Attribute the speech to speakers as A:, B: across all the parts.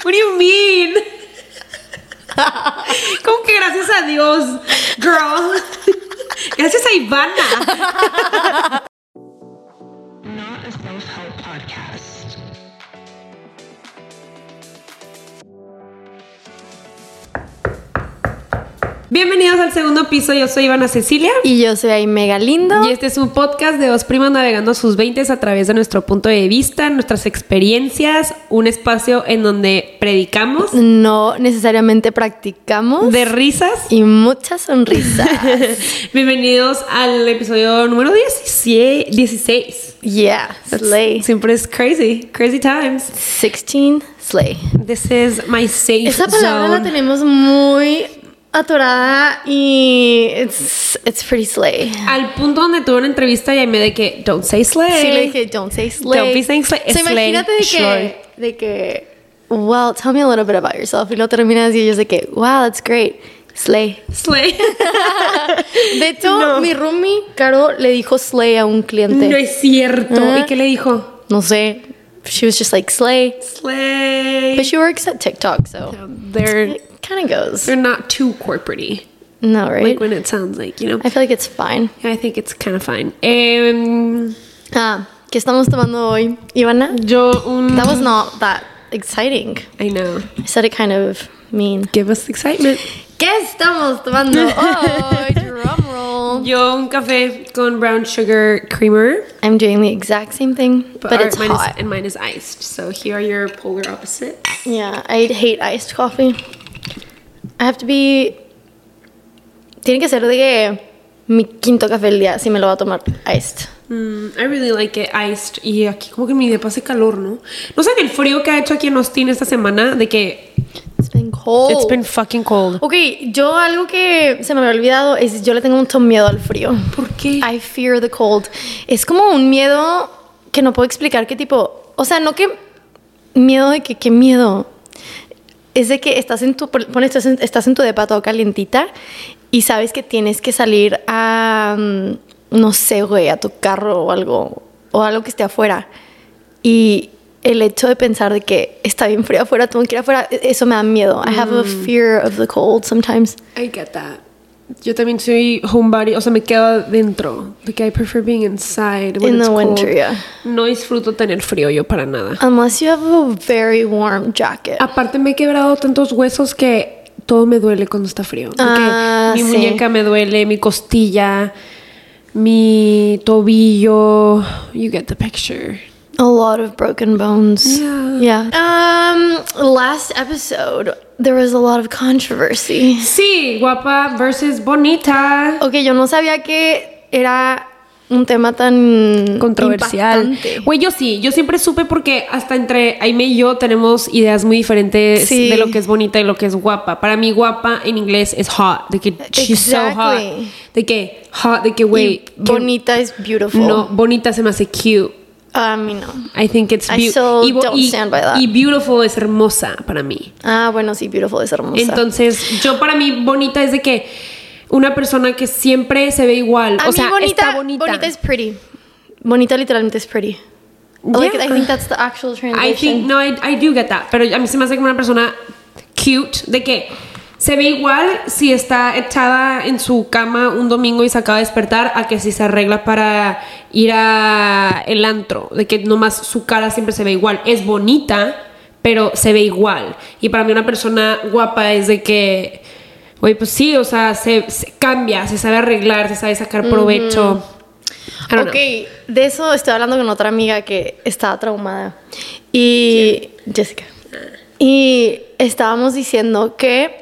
A: What do you mean? ¿Cómo que gracias a Dios, girl? Gracias a Ivana.
B: Not a self help podcast.
A: Bienvenidos al segundo piso. Yo soy Ivana Cecilia.
C: Y yo soy ahí mega lindo.
A: Y este es un podcast de dos primas navegando sus 20 a través de nuestro punto de vista, nuestras experiencias, un espacio en donde predicamos
C: No necesariamente practicamos.
A: de risas.
C: y mucha sonrisa.
A: Bienvenidos al episodio número 17, 16.
C: yeah, slay.
A: Siempre es crazy, crazy times.
C: 16, slay.
A: This is my safe
C: Esa palabra la
A: zone.
C: tenemos muy atorada y it's, it's pretty slay.
A: Al punto donde tuve una entrevista y ahí me de que don't say slay.
C: Sí, le dije, don't say slay.
A: Don't be saying slay,
C: O sea,
A: slay,
C: imagínate de que,
A: sure.
C: de que, well, tell me a little bit about yourself. Y lo terminas y ellos de que, wow, that's great. Slay.
A: slay.
C: De hecho,
A: No.
C: mi roomie, Caro, le dijo slay a un cliente.
A: no es cierto.
C: Ah.
A: ¿Y qué le dijo?
C: No sé. She was just like slay. But
A: Slay.
C: she works at TikTok, so
A: They're
C: it kind of goes.
A: they're not too corporatey.
C: No, right?
A: Like when it sounds like, you know.
C: I feel like it's fine.
A: I think it's kind of fine. Em,
C: Ah, ¿qué estamos tomando hoy, Ivana?
A: yo un
C: That was not that exciting.
A: I know.
C: I said it kind of mean.
A: Give us excitement.
C: ¿Qué estamos tomando hoy? Drum roll.
A: Yo un café con brown sugar creamer,
C: I'm doing the exact same thing, but,
A: or
C: it's
A: mine is-
C: hot.
A: and mine is iced. So here are your polar opposites.
C: Yeah, I hate iced coffee. I have to be. Tiene que ser de que mi quinto café del día si me lo va a tomar iced.
A: Mm, I really like it iced. Y aquí como que en mi depa hace calor, ¿no? No saben el frío que ha hecho aquí en Austin esta semana de que Oh.
C: It's been cold.
A: it's been fucking cold.
C: Ok, yo algo que se me había olvidado es yo le tengo mucho miedo al frío.
A: ¿Por qué?
C: I fear the cold. Es como un miedo que no puedo explicar qué tipo, o sea, no que miedo de que qué miedo. Es de que estás en tu pones estás en, estás en tu depa todo calientita y sabes que tienes que salir a mm, no sé, güey, a tu carro o algo o algo que esté afuera. Y el hecho de pensar de que está bien frío afuera, tengo que ir afuera, e- eso me da miedo. I have a fear of the cold sometimes.
A: I get that. Yo también soy homebody, o sea, me quedo dentro. De que I prefer being inside when
C: In
A: it's
C: the
A: cold.
C: winter, yeah.
A: No disfruto tener frío yo para nada.
C: Unless you have a very warm jacket.
A: Aparte me he quebrado tantos huesos que todo me duele cuando está frío. De que
C: Ah,
A: mi
C: sí.
A: muñeca me duele, mi costilla, mi tobillo. You get the picture.
C: A lot of broken bones.
A: Yeah.
C: Yeah. Um, last episode, there was a lot of controversy.
A: Sí, guapa versus bonita.
C: Ok, yo no sabía que era un tema tan
A: Controversial.
C: impactante.
A: Güey, yo sí, yo siempre supe porque hasta entre Aime y yo tenemos ideas muy diferentes
C: Sí.
A: de lo que es bonita y lo que es guapa. Para mí, guapa en inglés es hot, de que she's so hot.
C: Exactly.
A: De que hot, de que,
C: Y
A: güey. que-
C: bonita is beautiful. Ah,
A: No, bonita se me hace cute.
C: A mí no.
A: I think it's
C: I
A: beautiful.
C: still don't stand by that.
A: y beautiful es hermosa para mí.
C: Ah, bueno, sí, beautiful es hermosa.
A: Entonces, yo para mí bonita es de que una persona que siempre se ve igual,
C: A
A: o
C: mí
A: sea,
C: bonita,
A: está bonita.
C: bonita is pretty. Bonita literalmente is pretty. Like,
A: Yeah.
C: I think that's the actual
A: I
C: translation.
A: think no, I, I do get that, pero a mí se me hace como una persona cute de que se ve igual si está echada en su cama un domingo y se acaba de despertar a que si se arregla para ir a el antro, de que nomás su cara siempre se ve igual, es bonita, pero se ve igual. Y para mí una persona guapa es de que Güey, pues sí, o sea, se, se cambia, se sabe arreglar, se sabe sacar provecho. I don't
C: Ok, de eso estoy hablando con otra amiga que estaba traumada. Y Jessica. Y estábamos diciendo que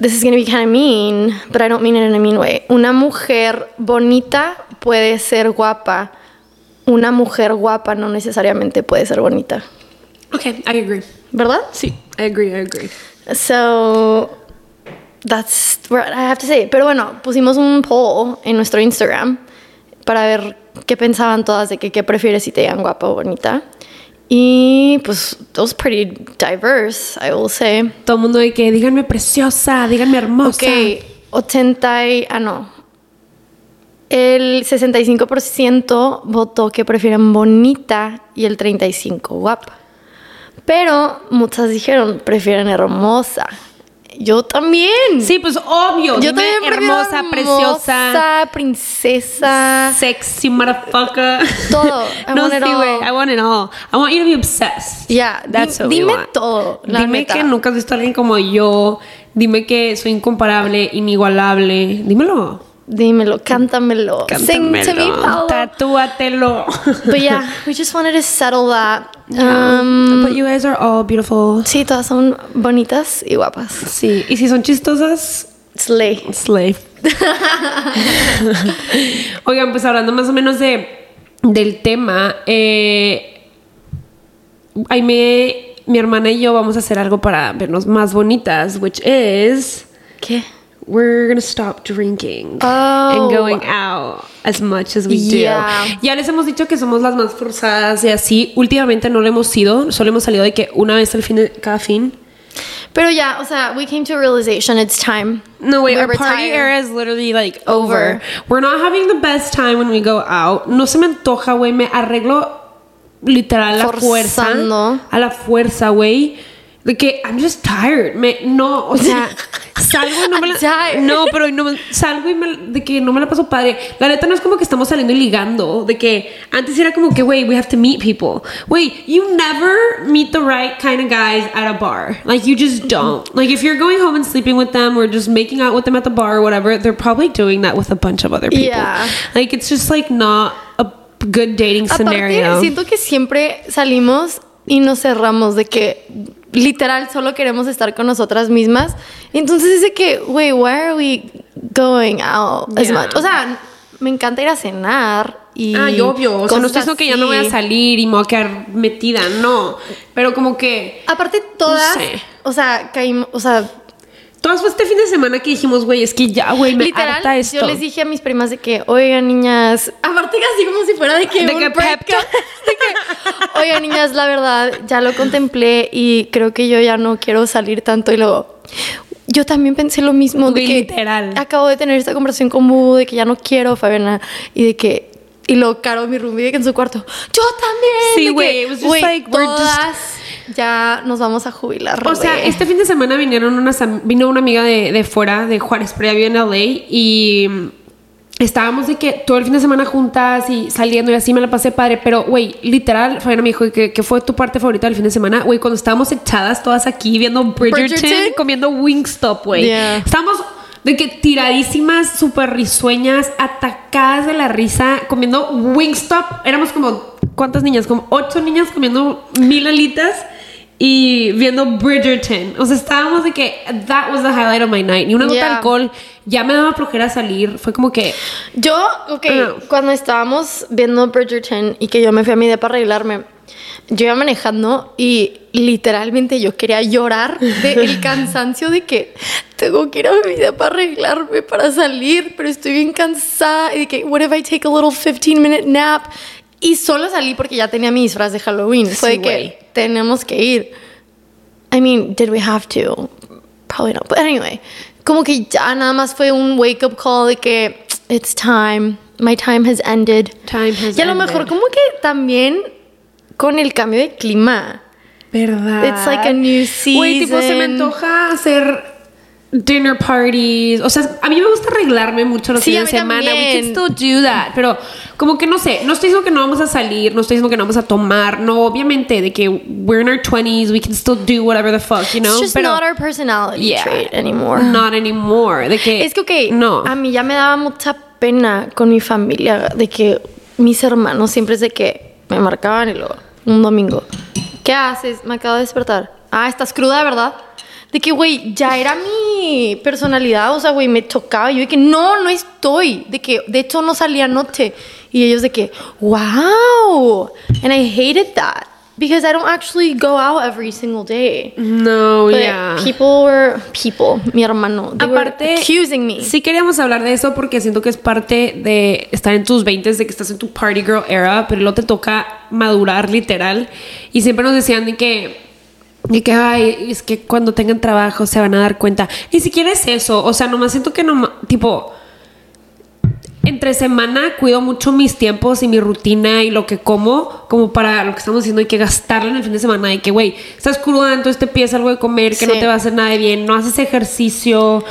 C: this is gonna be kind of mean, but I don't mean it in a mean way. Una mujer bonita puede ser guapa. Una mujer guapa no necesariamente puede ser bonita,
A: know. Okay, I agree.
C: ¿verdad?
A: Sí, I agree, I agree.
C: So that's where I have to say. it. Pero bueno, pusimos un poll en nuestro Instagram para ver qué pensaban todas de que qué prefieres si te digan guapa o bonita. Y pues it was pretty diverse, I will say.
A: Todo el mundo de que díganme preciosa, díganme hermosa.
C: Ok, 80 y, ah no. El 65% votó que prefieren bonita y el 35 guapa. Pero muchas dijeron, prefieren hermosa. Yo también.
A: Sí, pues obvio.
C: Yo
A: Dime
C: también prefiero
A: hermosa, preciosa,
C: hermosa, princesa.
A: sexy motherfucker.
C: Todo. I
A: no,
C: want
A: sí,
C: it all.
A: güey. I want it all. I want you to be obsessed.
C: Yeah,
A: That's
C: di-
A: what we
C: dime
A: want.
C: todo, la
A: Dime
C: neta.
A: que nunca has visto a alguien como yo. Dime que soy incomparable, inigualable. Dímelo.
C: Dímelo, cántamelo. Sing to me,
A: Cántamelo.
C: Paolo.
A: Tatúatelo.
C: But yeah, we just wanted to settle that. Um,
A: But you guys are all beautiful.
C: sí, todas son bonitas y guapas.
A: Sí. Y si son chistosas,
C: Slay.
A: Slave. Oigan, pues hablando más o menos de, del tema, eh, Aime, mi hermana y yo vamos a hacer algo para vernos más bonitas, which is
C: ¿Qué?
A: we're gonna stop drinking
C: Oh.
A: and going out as much as we
C: Yeah.
A: do. Ya les hemos dicho que somos las más forzadas y así. Últimamente no lo hemos sido, solo hemos salido de que una vez al fin de cada fin.
C: Pero ya, o sea, we came to a realization it's time.
A: No, wait,
C: We
A: our
C: were
A: party
C: tired.
A: era is literally like over.
C: Over.
A: We're not having the best time when we go out. No se me antoja, güey. Me arreglo literal a la
C: Forzando.
A: fuerza. A la fuerza, güey. De que I'm just tired. Me, no, o sea, salgo y no me
C: I'm
A: la.
C: tired.
A: No, pero no, me- salgo y me, de que no me la paso padre. La neta no es como que estamos saliendo y ligando. De que antes era como que, güey, we have to meet people. Wait, you never meet the right kind of guys at a bar. Like, you just don't. Like, if you're going home and sleeping with them or just making out with them at the bar or whatever, they're probably doing that with a bunch of other people.
C: Yeah.
A: Like, it's just like not a good dating scenario.
C: Aparte, siento que siempre salimos y nos cerramos de que literal solo queremos estar con nosotras mismas. Entonces es de que, wait, why are we going out as
A: Yeah.
C: much? O sea, me encanta ir a cenar y.
A: Ah, y obvio. O sea, no estoy diciendo
C: cosas
A: que ya no voy a
C: así.
A: salir y me voy a quedar metida, no. Pero como que.
C: Aparte, todas.
A: No sé.
C: O sea, caímos. O sea,
A: Todas fue este fin de semana que dijimos, güey, es que ya, güey, me
C: literal,
A: harta esto.
C: yo les dije a mis primas de que, oigan, niñas. Aparte, casi como si fuera de que.
A: De
C: un
A: que pep
C: breakup.
A: talk.
C: De que, oigan, niñas, la verdad, ya lo contemplé y creo que yo ya no quiero salir tanto. Y luego, yo también pensé lo mismo. De
A: Güey,
C: que
A: literal.
C: Acabo de tener esta conversación con Bubu de que ya no quiero, Fabiana. Y de que. Y luego, Caro, mi roomie, de que en su cuarto, yo también.
A: Sí,
C: de que,
A: güey, it was just
C: güey,
A: like, we're just-
C: todas Ya nos vamos a jubilar.
A: O sea,
C: güey.
A: este fin de semana vinieron unas, am- vino una amiga de, de fuera, de Juárez, pero ella vive en LA y mm, estábamos de que todo el fin de semana juntas y saliendo y así me la pasé padre, pero güey, literal, Fabiana me dijo que, que fue tu parte favorita del fin de semana, güey, cuando estábamos echadas todas aquí viendo Bridgerton,
C: Bridgerton.
A: comiendo Wingstop, güey.
C: Yeah.
A: Estábamos de que tiradísimas, súper risueñas, atacadas de la risa, comiendo Wingstop. Éramos como, ¿cuántas niñas? Como ocho niñas comiendo mil alitas y viendo Bridgerton. O sea, estábamos de que that was the highlight of my night. Ni una gota de
C: Yeah.
A: alcohol. Ya me daba flojera salir. Fue como que...
C: Yo, ok,
A: Ajá.
C: cuando estábamos viendo Bridgerton y que yo me fui a mi depa para arreglarme, yo iba manejando y literalmente yo quería llorar del cansancio de que tengo que ir a mi depa para arreglarme para salir, pero estoy bien cansada y de que, what if I take a little 15 minute nap? Y solo salí porque ya tenía mi disfraz de Halloween. Fue
A: Sí,
C: de que
A: güey.
C: tenemos que ir. I mean, did we have to? Probably not. But anyway, como que ya nada más fue un wake up call de que it's time, my time has ended.
A: Time has
C: y a lo
A: ended.
C: mejor como que también con el cambio de clima.
A: ¿Verdad?
C: It's like a new
A: Ah. Güey, tipo, se me
C: season.
A: antoja hacer dinner parties. O sea, a mí me gusta arreglarme mucho los
C: Sí,
A: fines de
C: a mí
A: semana. We
C: también.
A: can still do that. Pero como que no sé, no estoy diciendo que no vamos a salir, no estoy diciendo que no vamos a tomar. No, obviamente, de que we're in our 20s, we can still do whatever the fuck, you know?
C: It's just
A: pero
C: not our personality
A: Yeah.
C: trait anymore.
A: not anymore. De que
C: Es que, ok,
A: no.
C: a mí ya me daba mucha pena con mi familia de que mis hermanos siempre es de que me marcaban y luego un domingo. ¿Qué haces? Me acabo de despertar. Ah, estás cruda, ¿verdad? De que, güey, ya era mi personalidad, o sea, güey, me chocaba. Yo de que, no, no estoy. De que, de hecho, no salí anoche. Y ellos de que, wow. And I hated that. Because I don't actually go out every single day.
A: no,
C: But
A: Oh, yeah.
C: people were people. Mi hermano. They
A: Aparte,
C: were accusing me.
A: sí queríamos hablar de eso porque siento que es parte de estar en tus 20 de que estás en tu party girl era, pero luego te toca madurar literal. Y siempre nos decían de que, de que, ay, es que cuando tengan trabajo se van a dar cuenta. Ni siquiera es eso, o sea, nomás siento que no, tipo, entre semana cuido mucho mis tiempos y mi rutina y lo que como, como para lo que estamos diciendo, hay que gastarlo en el fin de semana. Y que, güey, estás cruda, entonces te pides algo de comer que
C: Sí.
A: no te va a hacer nada de bien, no haces ejercicio,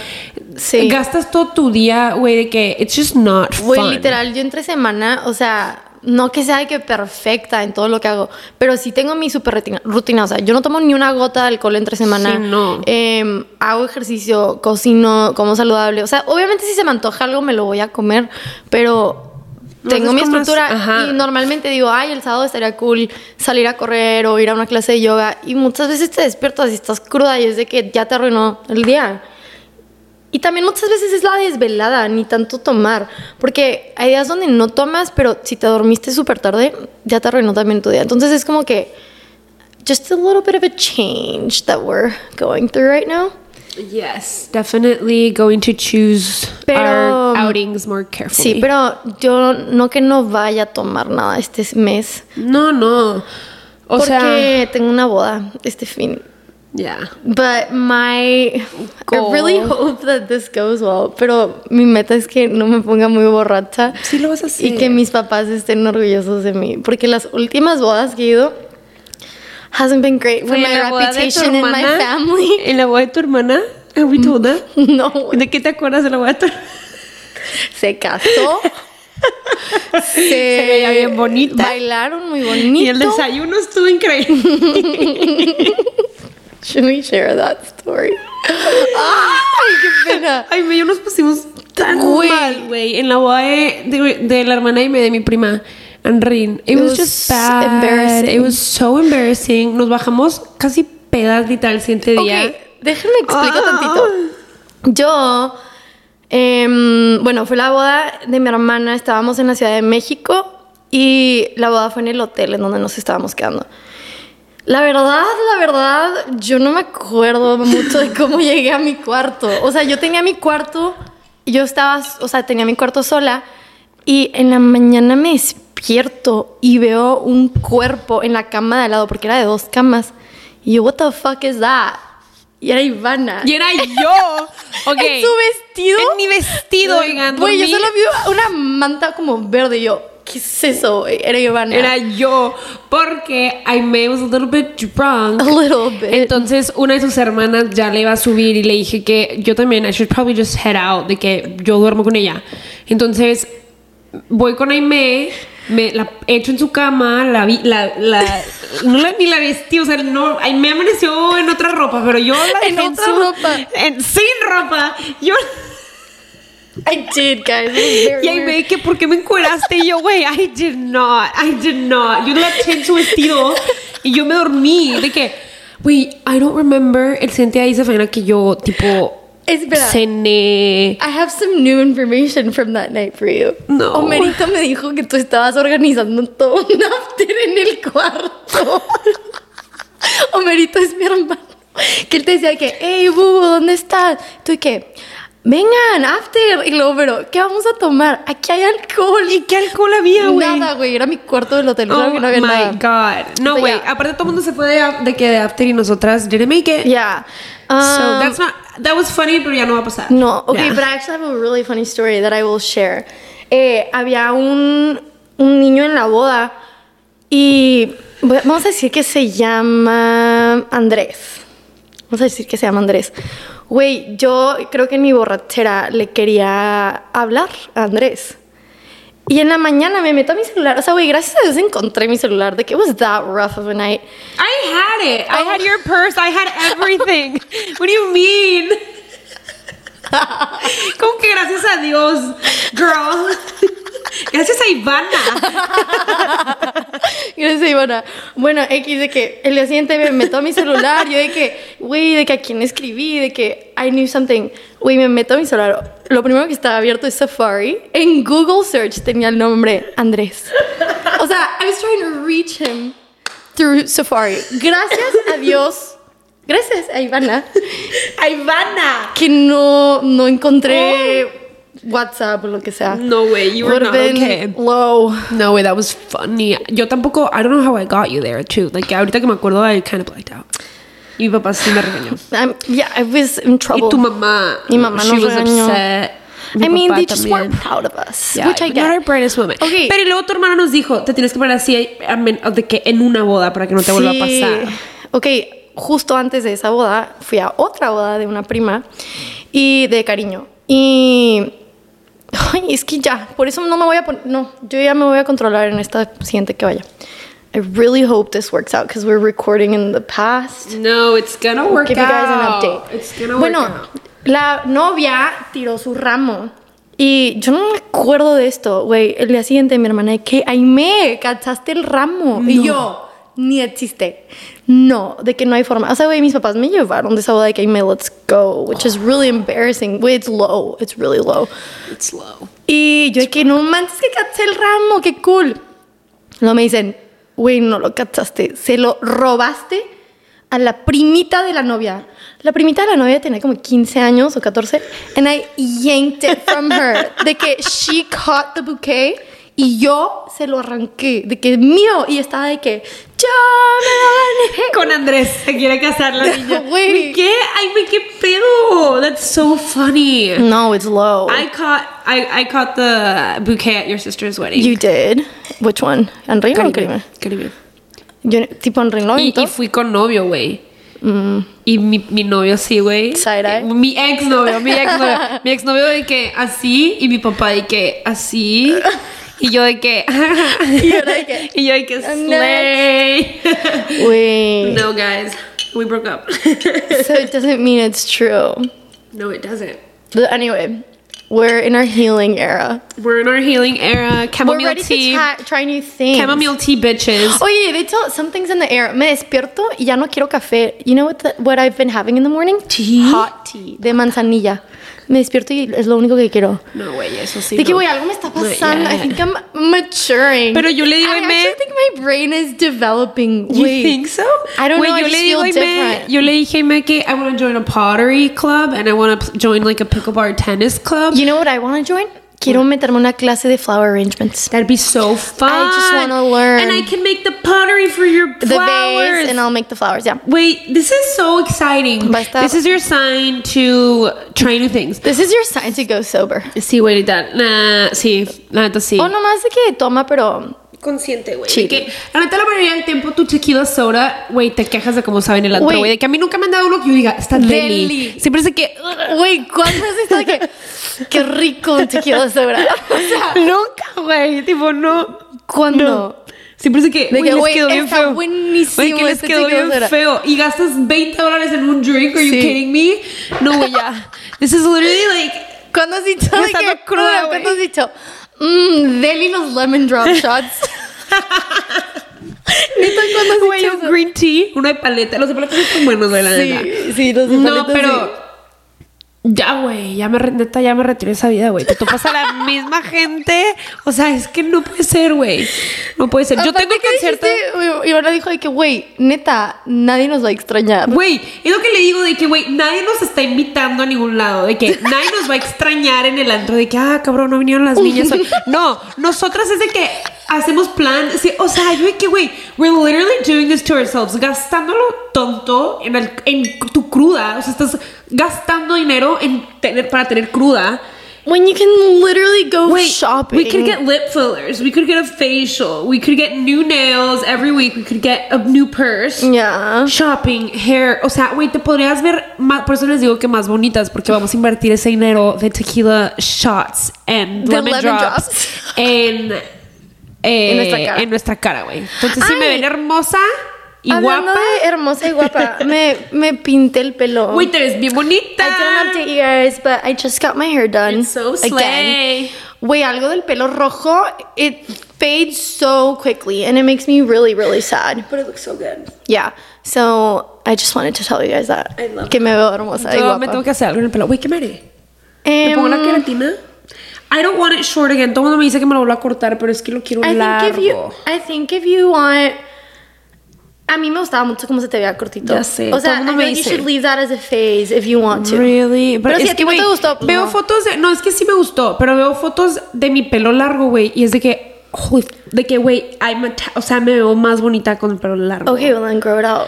C: Sí.
A: gastas todo tu día, güey, de que it's just not
C: Güey,
A: fun.
C: literal, yo entre semana, o sea, no que sea de que perfecta en todo lo que hago, pero sí tengo mi super rutina, rutina, O sea, yo no tomo ni una gota de alcohol entre semana.
A: Sí, no.
C: Em, hago ejercicio, cocino, como saludable. O sea, obviamente si se me antoja algo me lo voy a comer, pero
A: No
C: tengo
A: haces
C: mi
A: como
C: estructura
A: as- ajá.
C: y normalmente digo, ay, el sábado estaría cool salir a correr o ir a una clase de yoga. Y muchas veces te despiertas y estás cruda y es de que ya te arruinó el día. Y también muchas veces es la desvelada, ni tanto tomar, porque hay días donde no tomas, pero si te dormiste súper tarde, ya te arruinó también tu día. Entonces es como que just a little bit of a change that we're going through right now.
A: Yes, definitely going to choose
C: Pero- um,
A: our outings more carefully.
C: Sí, pero yo no que no vaya a tomar nada este mes,
A: No, no. O
C: porque
A: sea,
C: tengo una boda este fin.
A: yeah.
C: But my I really
A: Goal.
C: hope that this goes well, pero mi meta es que no me ponga muy borracha.
A: Sí lo vas a hacer.
C: Y que mis papás estén orgullosos de mí. Porque las últimas bodas que he ido hasn't been great for
A: Güey,
C: my
A: en la boda de tu
C: reputation in my
A: hermana-
C: family. Mm.
A: En la boda de tu hermana, ¿have we told that?
C: No,
A: ¿De qué te acuerdas de la boda de tu hermana?
C: se casó. se,
A: veía bien bonita.
C: Bailaron muy bonito.
A: Y el desayuno estuvo increíble.
C: Should we share that story? ¡Ay, qué pena!
A: Ay, me, yo nos pusimos tan
C: Güey.
A: mal, güey. En la boda de, de- de la hermana y me- de mi prima, Anrin. It,
C: It
A: was,
C: was
A: just bad.
C: embarrassing.
A: It was so embarrassing. Nos bajamos casi pedas literal el siguiente
C: Ok,
A: día.
C: déjenme explico
A: Ah.
C: tantito. Yo, em, bueno, fue la boda de mi hermana, estábamos en la Ciudad de México y la boda fue en el hotel en donde nos estábamos quedando. La verdad, la verdad, yo no me acuerdo mucho de cómo llegué a mi cuarto. O sea, yo tenía mi cuarto, yo estaba, o sea, tenía mi cuarto sola y en la mañana me despierto y veo un cuerpo en la cama de al lado porque era de dos camas. Y yo, what the fuck is that? Y era Ivana.
A: Y era yo. Ok.
C: En su vestido.
A: En mi vestido, oigan.
C: Güey, yo
A: dormí-
C: solo vi una manta como verde y yo, ¿qué es eso? güey? Era Ivana.
A: Era yo, porque Aime was a little bit drunk.
C: A little bit.
A: Entonces, una de sus hermanas ya le iba a subir y le dije que yo también, I should probably just head out, de que yo duermo con ella. Entonces, voy con Aime, me la echo en su cama, la vi, la, la- no la, ni la vestí, o sea, no, Aime amaneció en otra ropa, pero yo la
C: En
A: dejé
C: otra
A: su-
C: ropa.
A: en- sin ropa, yo...
C: I did, guys. It was very
A: Y ahí
C: weird.
A: ve que ¿por qué me encueraste? Y yo, güey, I did not, I did not. Yo la eché en su vestido y yo me dormí. De que, güey, I don't remember el siguiente día dice Fabiana que yo, tipo,
C: Espera.
A: cené.
C: I have some new information from that night for you.
A: No.
C: Homerito me dijo que tú estabas organizando todo un after en el cuarto. Homerito es mi hermano. Que él te decía que, hey, bubu, ¿dónde estás? Tú y que, vengan, after. Y luego, pero, ¿qué vamos a tomar? Aquí hay alcohol.
A: ¿Y qué alcohol había, güey?
C: Nada, güey. Era mi cuarto del hotel.
A: Oh
C: claro que no había
A: my
C: nada.
A: god. No,
C: But
A: güey.
C: yeah.
A: Aparte, todo el mundo se fue de, de que de after y nosotras didn't make it.
C: Yeah.
A: So
C: Um,
A: that's not, that was funny, pero ya no va a pasar.
C: No, okay,
A: Yeah.
C: but I actually have a really funny story that I will share. Eh, había un, un niño en la boda y voy- vamos a decir que se llama Andrés. Vamos a decir que se llama Andrés. Güey, yo creo que en mi borrachera le quería hablar a Andrés. Y en la mañana me meto a mi celular. O sea, güey, gracias a Dios encontré mi celular. De que it was that rough of a night.
A: I had it. I
C: Oh.
A: had your purse. I had everything. What do you mean? Como que gracias a Dios, girl. Gracias a Ivana.
C: Gracias, Ivana. Bueno, X, de que el día siguiente me meto a mi celular. Yo de que, güey, de que a quién escribí, de que I knew something. Güey, me meto a mi celular. Lo primero que estaba abierto es Safari. En Google Search tenía el nombre Andrés. O sea, I was trying to reach him through Safari. Gracias a Dios. Gracias a Ivana.
A: A Ivana.
C: Que no, no encontré WhatsApp o lo que sea.
A: No way, you were
C: Would have
A: not
C: been
A: okay.
C: low.
A: No way, that was funny. Yo tampoco, I don't know how I got you there too. Like ahorita que me acuerdo, I kind of blacked out. Y mi papá sí me regañó.
C: I'm, yeah, I was in
A: Y
C: trouble.
A: tu mamá.
C: Mi mamá
A: she
C: nos
A: was
C: regañó.
A: upset. Mi
C: I mean,
A: papá
C: they just weren't
A: también.
C: proud of us,
A: Yeah,
C: which I
A: not our
C: get.
A: brightest moment.
C: Ok.
A: Pero y luego tu hermano nos dijo, te tienes que poner así a men- de que en una boda para que no te vuelva a
C: Sí.
A: pasar.
C: Ok, justo antes de esa boda fui a otra boda de una prima y de cariño. Y ay, es que ya, por eso no me voy a pon- no, yo ya me voy a controlar en esta siguiente que vaya. I really hope this works out because we're recording in the past.
A: No, it's gonna work
C: give you guys an
A: out.
C: update.
A: It's gonna
C: bueno,
A: work out.
C: la novia tiró su ramo. Y yo no me acuerdo de esto, güey. El día siguiente mi hermana, que Aime, cachaste el ramo. Y yo, ni existe. No, de que no hay forma. O sea, güey, mis papás me llevaron de esa boda de que Aime, let's go, which is really embarrassing. Güey, it's low, it's really low.
A: It's low.
C: Y yo de que no manches que caché el ramo, qué cool. Luego me dicen, güey, no lo cachaste, se lo robaste a la primita de la novia. La primita de la novia tenía como 15 años o 14. And I yanked it from her. De que she caught the bouquet y yo se lo arranqué. De que mío. Y estaba de que, yo me lo gané.
A: Con Andrés, se quiere casar la niña.
C: Güey.
A: ¿Qué? Ay, me qué pedo. That's so funny.
C: No, it's low.
A: I caught I, I caught the bouquet at your sister's wedding.
C: you did. Which one? ¿Enrique o
A: Caribe,
C: Karime?
A: Caribe.
C: Yo, tipo Enrique.
A: Y, y fui con novio, güey.
C: Mm.
A: Y mi, mi novio sí, güey. Eh,
C: Side eye.
A: Mi ex novio, mi ex novio. mi ex novio de que así y mi papá de que así. Y yo de que.
C: Y yo de que-
A: y yo de que
C: Next.
A: slay.
C: Güey.
A: no, guys. We broke up.
C: so it doesn't mean it's true.
A: no, it doesn't.
C: But anyway, we're in our healing era.
A: We're in our healing era.
C: We're
A: Chamomile
C: ready
A: tea.
C: to try, try new things.
A: Chamomile tea, bitches.
C: Oye, de hecho, something's in the air. Me despierto y ya no quiero café. You know what, the- what I've been having in the morning?
A: Tea?
C: Hot tea. De manzanilla. Me despierto y es lo único que quiero.
A: No, güey, eso sí.
C: De que,
A: no.
C: güey, algo me está
A: No,
C: pasando. I
A: yeah.
C: think I'm maturing.
A: Pero yo le digo,
C: I
A: "Aime-
C: actually think my brain is developing.
A: You
C: Wait.
A: think so?
C: I don't
A: Güey,
C: know. I
A: Yo
C: just
A: le
C: feel
A: digo, Aime-
C: different.
A: yo le dije, Aime, que I want to join a pottery club and I want to join like a pickleball tennis club.
C: You know what I want to join? Quiero meterme una clase de flower arrangements.
A: That'd be so fun.
C: wanna learn.
A: And I can make the pottery for your
C: The
A: flowers.
C: vase, and I'll make the flowers. Yeah.
A: Wait, this is so exciting.
C: Va a estar-
A: This is your sign to try new things.
C: This is your sign to go sober.
A: Sí, güey, that. Nah, sí, la neta sí.
C: O nomás de que toma, pero
A: Consciente, güey.
C: Sí.
A: De que la neta, la mayoría del tiempo, tu tequila soda, güey, te quejas de cómo saben el antro,
C: Güey.
A: güey. De que a mí nunca me han dado uno que yo diga, está deli.
C: Deli.
A: Siempre es de que,
C: Güey, ¿cuándo has estado que qué rico un tequila sobra? O sea,
A: Nunca, güey. Tipo, no.
C: ¿cuándo?
A: Siempre es de que,
C: De
A: güey,
C: que,
A: les
C: güey,
A: quedó bien
C: está
A: feo.
C: buenísimo
A: Güey, que les
C: este
A: quedó
C: tequila
A: bien
C: soda.
A: feo. Y gastas 20 dólares en un drink. Are you
C: Sí.
A: kidding me? No, güey, ya. This is literally like...
C: ¿Cuándo has dicho
A: Ya
C: de
A: estando
C: que
A: cruda, güey.
C: ¿Cuándo has dicho? Mmm, deli los lemon drop shots. Neta, ¿cuándo has
A: Güey,
C: dicho
A: un
C: eso?
A: green tea, uno de paleta. Los de paleta son buenos, güey, la neta.
C: Sí, sí, los de
A: No,
C: paletas,
A: pero...
C: sí.
A: Ya, güey, ya me, re- neta, ya me retiré esa vida, güey. Te topas a la misma gente. O sea, es que no puede ser, güey. No puede ser. Yo
C: Aparte
A: tengo el
C: que
A: concierto...
C: dijiste, Y ahora dijo de que, güey, neta, nadie nos va a extrañar.
A: Güey, es lo que le digo de que, güey, nadie nos está invitando a ningún lado, de que nadie nos va a extrañar en el antro, de que, ah, cabrón, no vinieron las niñas. hoy. No, nosotras es de que hacemos plan, sí, o sea, yo de que, güey, we're literally doing this to ourselves, gastándolo tonto en, el- en tu cruda, o sea, estás gastando dinero en tener, para tener cruda.
C: When you can literally go
A: Wait,
C: shopping.
A: we could get lip fillers, we could get a facial, we could get new nails every week, we could get a new purse.
C: Yeah.
A: Shopping, hair, o sea, güey, te podrías ver más, por eso les digo que más bonitas, porque vamos a invertir ese dinero de tequila shots and
C: De
A: lemon,
C: lemon
A: drops,
C: drops.
A: En, eh, en
C: nuestra cara.
A: nuestra cara, güey. Entonces, si
C: Ay.
A: me ven hermosa y
C: Hablando
A: guapa,
C: de hermosa y guapa, me, me pinté el pelo.
A: güey, te ves bien bonita.
C: I don't update you guys, but I just got my hair done.
A: It's so slay.
C: Again. Güey, algo del pelo rojo, it fades so quickly and it makes me really, really sad.
A: But it looks so good.
C: Yeah. So I just wanted to tell you guys that.
A: I love
C: que me veo hermosa y
A: Yo
C: guapa.
A: me tengo que hacer algo en el pelo. Güey, ¿qué me haré? ¿Me
C: Em,
A: pongo la queratina? I don't want it short again. Todo el mundo me dice que me lo vuelvo a cortar, pero es que lo quiero
C: I
A: largo.
C: think if you, I think if you want, a mí me gustaba mucho cómo se te veía cortito.
A: Ya sé,
C: O
A: todo
C: sea,
A: el
C: I
A: mundo
C: feel
A: me
C: like you
A: dice.
C: should leave that as a phase if you want to.
A: Really?
C: Pero,
A: es
C: si a ti no
A: güey,
C: te gustó, pues
A: veo
C: no.
A: fotos de. No, es que sí me gustó, pero veo fotos de mi pelo largo, güey. Y es de que. joder, de que, güey, I'm a ta- o sea, me veo más bonita con el pelo largo.
C: Okay, well then grow it out.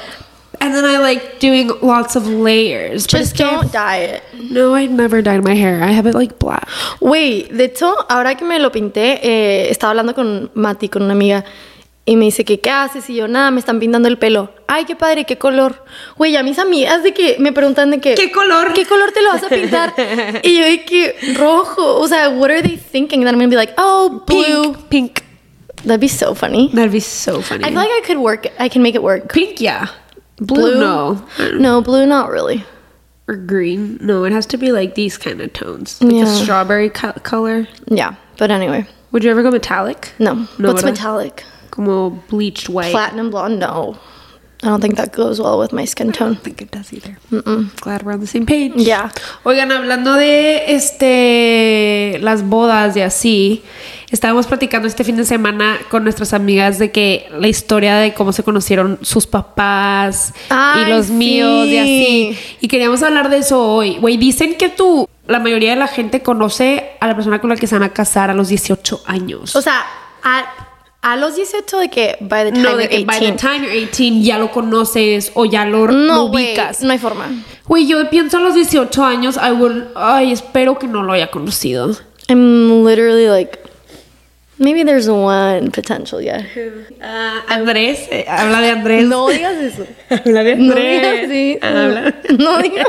A: And then I like doing lots of layers. but es
C: Just
A: que-
C: don't dye it.
A: No, I never dyed my hair. I have it like black.
C: Güey, de hecho, ahora que me lo pinté, eh, estaba hablando con Mati, con una amiga, y me dice que qué haces, y yo, nada, me están pintando el pelo. Ay, qué padre, qué color. Güey, a mis amigas de que me preguntan de que...
A: ¿Qué color?
C: ¿Qué color te lo vas a pintar? y yo de que rojo. O sea, what are they thinking? And I'm gonna be like, oh, blue.
A: Pink. Pink.
C: That'd be so funny.
A: That'd be so funny.
C: I feel like I could work. it. I can make it work.
A: pink, yeah. Blue, no.
C: No, blue, not really.
A: Or green. No, it has to be like these kind of tones. Like
C: Yeah.
A: a strawberry co- color.
C: Yeah, but anyway,
A: Would you ever go metallic?
C: no.
A: No,
C: What's
A: ¿verdad?
C: metallic?
A: Como bleached white.
C: Platinum blonde? No. I don't think that goes well with my skin
A: I
C: tone.
A: don't think it does either. Glad we're on the same page.
C: Yeah.
A: Oigan, hablando de este las bodas y así, estábamos platicando este fin de semana con nuestras amigas de que la historia de cómo se conocieron sus papás
C: Ay,
A: y los
C: sí.
A: míos y así. Y queríamos hablar de eso hoy. Güey, dicen que tú, la mayoría de la gente conoce a la persona con la que se van a casar a los 18 años.
C: O sea, a, a los 18 de que by the time
A: no, de
C: you're
A: que by the
C: 18.
A: time you're 18 ya lo conoces o ya lo, lo
C: no, güey,
A: ubicas.
C: no hay forma.
A: Güey, yo pienso a los 18 años, I will- ay, espero que no lo haya conocido.
C: I'm literally like, maybe there's one potential, yeah.
A: Andrés, eh, habla de Andrés.
C: No digas eso.
A: habla de
C: No digas así. No digas.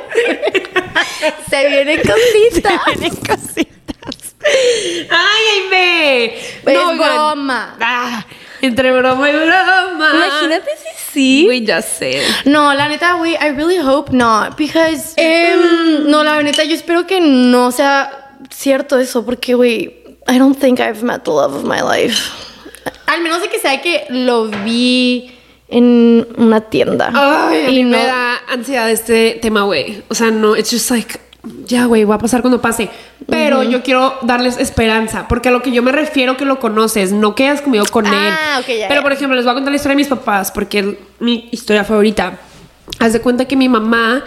C: Se vienen cositas. Se vienen cositas.
A: Ay, Aime.
C: Güey,
A: No,
C: es
A: oigan.
C: broma.
A: Ah, entre broma y broma.
C: Imagínate si sí.
A: Güey, ya sé.
C: No, la neta, güey, I really hope not, because... em, no, la neta, yo espero que no sea cierto eso, porque, güey, I don't think I've met the love of my life. Al menos de que sea que lo vi en una tienda.
A: Ay, a mí
C: Y
A: me
C: no-
A: da ansiedad este tema, güey. O sea, no, it's just like, ya, güey, va a pasar cuando pase. Pero yo quiero darles esperanza, porque a lo que yo me refiero que lo conoces, no quedas conmigo con
C: Ah,
A: él.
C: ok, ya,
A: Pero,
C: ya.
A: por ejemplo, les voy a contar la historia de mis papás, porque es mi historia favorita. Haz de cuenta que mi mamá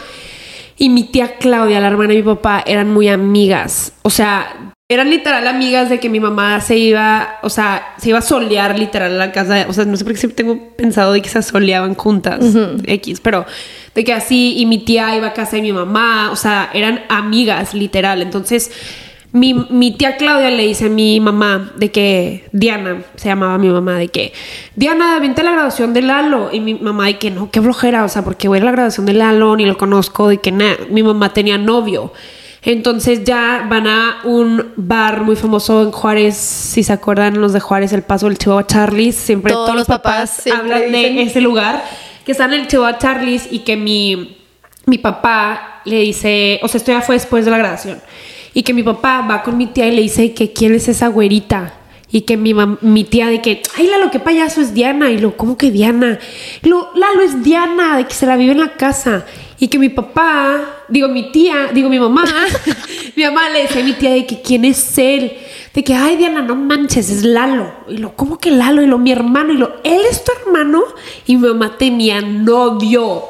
A: y mi tía Claudia, la hermana de mi papá, eran muy amigas. O sea, eran literal amigas de que mi mamá se iba, o sea, se iba a solear literal a la casa. de- O sea, no sé por qué siempre tengo pensado de que se soleaban juntas, X, pero de que así, y mi tía iba a casa de mi mamá, o sea, eran amigas literal. Entonces, mi, mi tía Claudia le dice a mi mamá de que Diana, se llamaba mi mamá, de que Diana, vente a la graduación de Lalo. Y mi mamá de que no, qué flojera, o sea, porque voy a la graduación de Lalo, ni lo conozco, de que nada, mi mamá tenía novio. Entonces ya van a un bar muy famoso en Juárez, si se acuerdan los de Juárez, el paso del Chihuahua Charlies, siempre todos, los papás,
C: siempre
A: hablan
C: dicen-
A: de ese lugar, que están en el Chihuahua Charlies y que mi, mi papá le dice, o sea, esto ya fue después de la graduación, y que mi papá va con mi tía y le dice que quién es esa güerita. Y que mi, mam- mi tía de que, ay, Lalo, qué payaso es Diana. Y lo, ¿cómo que Diana? Y lo, Lalo es Diana, de que se la vive en la casa. Y que mi papá, digo mi tía, digo mi mamá, mi mamá le decía a mi tía de que quién es él, de que, ay Diana, no manches, es Lalo. Y lo, ¿cómo que Lalo? Y lo, mi hermano, y lo, él es tu hermano. Y mi mamá tenía novio.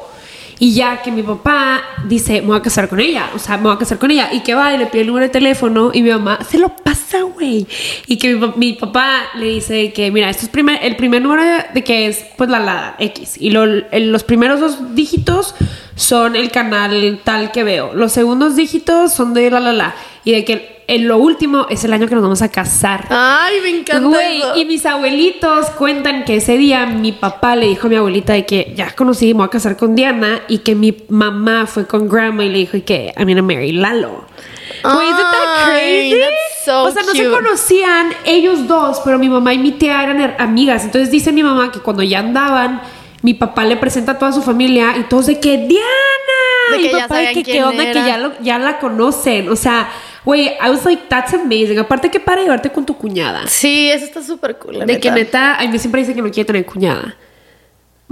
A: Y ya que mi papá dice, me voy a casar con ella, o sea, me voy a casar con ella, y que va y le pide el número de teléfono, y mi mamá se lo pasa, güey. Y que mi, pa- mi papá le dice que, mira, esto es primer, el primer número de- de que es, pues la lada, X, y lo- el- los primeros dos dígitos son el canal tal que veo, los segundos dígitos son de la la la, y de que en lo último es el año que nos vamos a casar.
C: Ay, me encanta
A: Güey,
C: eso.
A: y mis abuelitos cuentan que ese día mi papá le dijo a mi abuelita de que ya conocí, me voy a casar con Diana y que mi mamá fue con grandma y le dijo y que I'm gonna marry Lalo. Güey, isn't that
C: Ay,
A: crazy?
C: that's so
A: o sea, no se
C: cute.
A: conocían ellos dos, pero mi mamá y mi tía eran her- amigas. Entonces dice mi mamá que cuando ya andaban, mi papá le presenta a toda su familia y todos de que Diana.
C: De
A: Y
C: que ya
A: papá de
C: sabían
A: que qué
C: quién
A: onda, que
C: era.
A: ya lo- ya la conocen. O sea, güey, I was like, that's amazing. Aparte que para llevarte con tu cuñada.
C: Sí, eso está súper cool, la
A: De que
C: neta.
A: neta, a mí siempre dice que no quiere tener cuñada.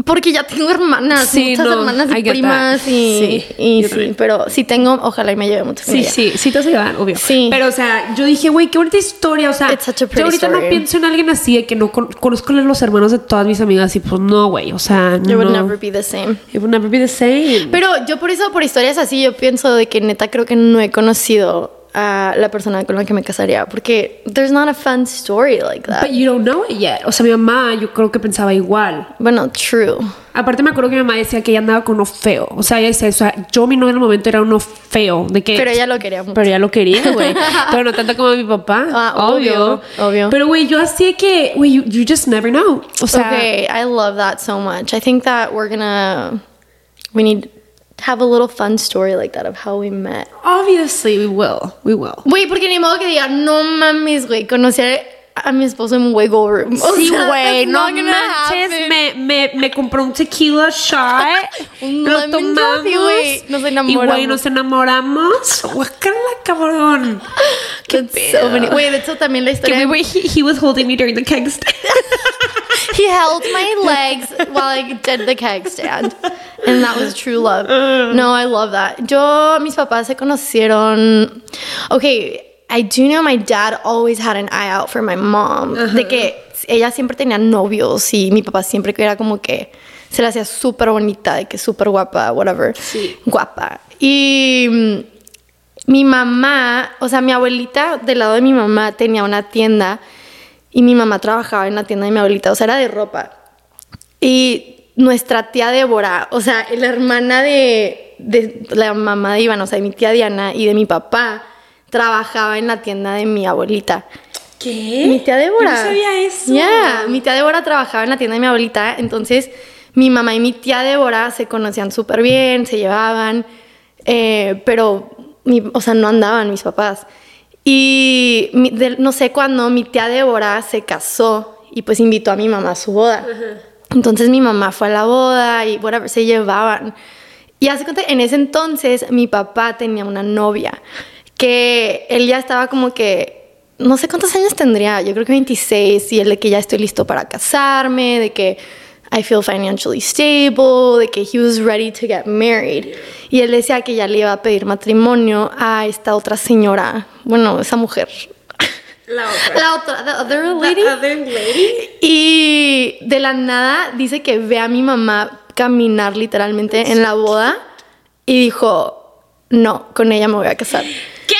C: Porque ya tengo hermanas,
A: Sí,
C: muchas
A: no,
C: hermanas
A: I
C: y
A: get that.
C: primas y
A: Sí,
C: sí, y
A: yo
C: sí
A: también.
C: pero sí tengo, ojalá y me lleve muchas con
A: Sí,
C: ella.
A: sí, sí te vas a llevar, obvio.
C: Sí.
A: Pero, o sea, yo dije, güey, qué bonita historia. O sea,
C: It's such a pretty
A: yo ahorita no
C: story.
A: pienso en alguien así de que no con- conozco a los hermanos de todas mis amigas y pues no, güey. O sea,
C: It
A: no.
C: would never be the same.
A: It would never be the same.
C: Pero yo por eso, por historias así, yo pienso de que neta creo que no he conocido a la persona con la que me casaría, porque there's not a fun story like that.
A: But you don't know it yet. O sea, mi mamá, yo creo que pensaba igual.
C: bueno, true.
A: Aparte, me acuerdo que mi mamá decía que ella andaba con uno feo. O sea, ella decía, o sea, yo mi novio en el momento era uno feo. De que,
C: Pero ella lo quería mucho.
A: Pero ella lo quería, güey. pero no tanto como mi papá.
C: Ah, obvio, obvio.
A: Pero, güey, yo así de que, güey, you, you just never know. O sea,
C: okay, I love that so much. I think that we're gonna we need to have a little fun story like that of how we met.
A: obviously we will. We will.
C: Güey, porque ni modo que diga, no mames, güey, conocer a mi esposo en un wiggle room. O
A: Sí,
C: sea,
A: güey,
C: that's
A: no
C: not gonna
A: manches,
C: happen.
A: me, me, me compró un tequila shot,
C: Un
A: lo
C: lemon
A: tomamos,
C: drop y, güey, nos
A: y güey,
C: enamoramos.
A: nos enamoramos, guácala, cabrón,
C: Qué pedo. Güey, de hecho también la
A: que
C: historia.
A: we were, he, he was holding me during the keg stand,
C: He held my legs while I did the keg stand. And that was true love. No, I love that. Yo, mis papás se conocieron. Okay, I do know my dad always had an eye out for my mom. De que ella siempre tenía novios y mi papá siempre que era como que se la hacía súper bonita, de que súper guapa, whatever.
A: Sí.
C: Guapa. Y. mm, mi mamá, o sea, mi abuelita del lado de mi mamá tenía una tienda y mi mamá trabajaba en la tienda de mi abuelita, o sea, era de ropa. Y nuestra tía Débora, o sea, la hermana de, de la mamá de Iván, o sea, de mi tía Diana y de mi papá, trabajaba en la tienda de mi abuelita.
A: ¿qué?
C: Mi tía Débora.
A: Yo no sabía eso,
C: Yeah, mi tía Débora trabajaba en la tienda de mi abuelita, entonces mi mamá y mi tía Débora se conocían súper bien, se llevaban, eh, pero, mi- o sea, no andaban mis papás. Y mi- de- no sé cuándo mi tía Débora se casó y pues invitó a mi mamá a su boda. Entonces mi mamá fue a la boda y whatever, se llevaban. Y hace cuenta, en ese entonces mi papá tenía una novia que él ya estaba como que, no sé cuántos años tendría, yo creo que 26, y él de que ya estoy listo para casarme, de que I feel financially stable, de que he was ready to get married. Y él decía que ya le iba a pedir matrimonio a esta otra señora, bueno, esa mujer.
A: La otra.
C: La otra, the other lady.
A: The other lady.
C: Y de la nada dice que ve a mi mamá caminar literalmente en la boda y dijo, no, con ella me voy a casar.
A: ¿Qué?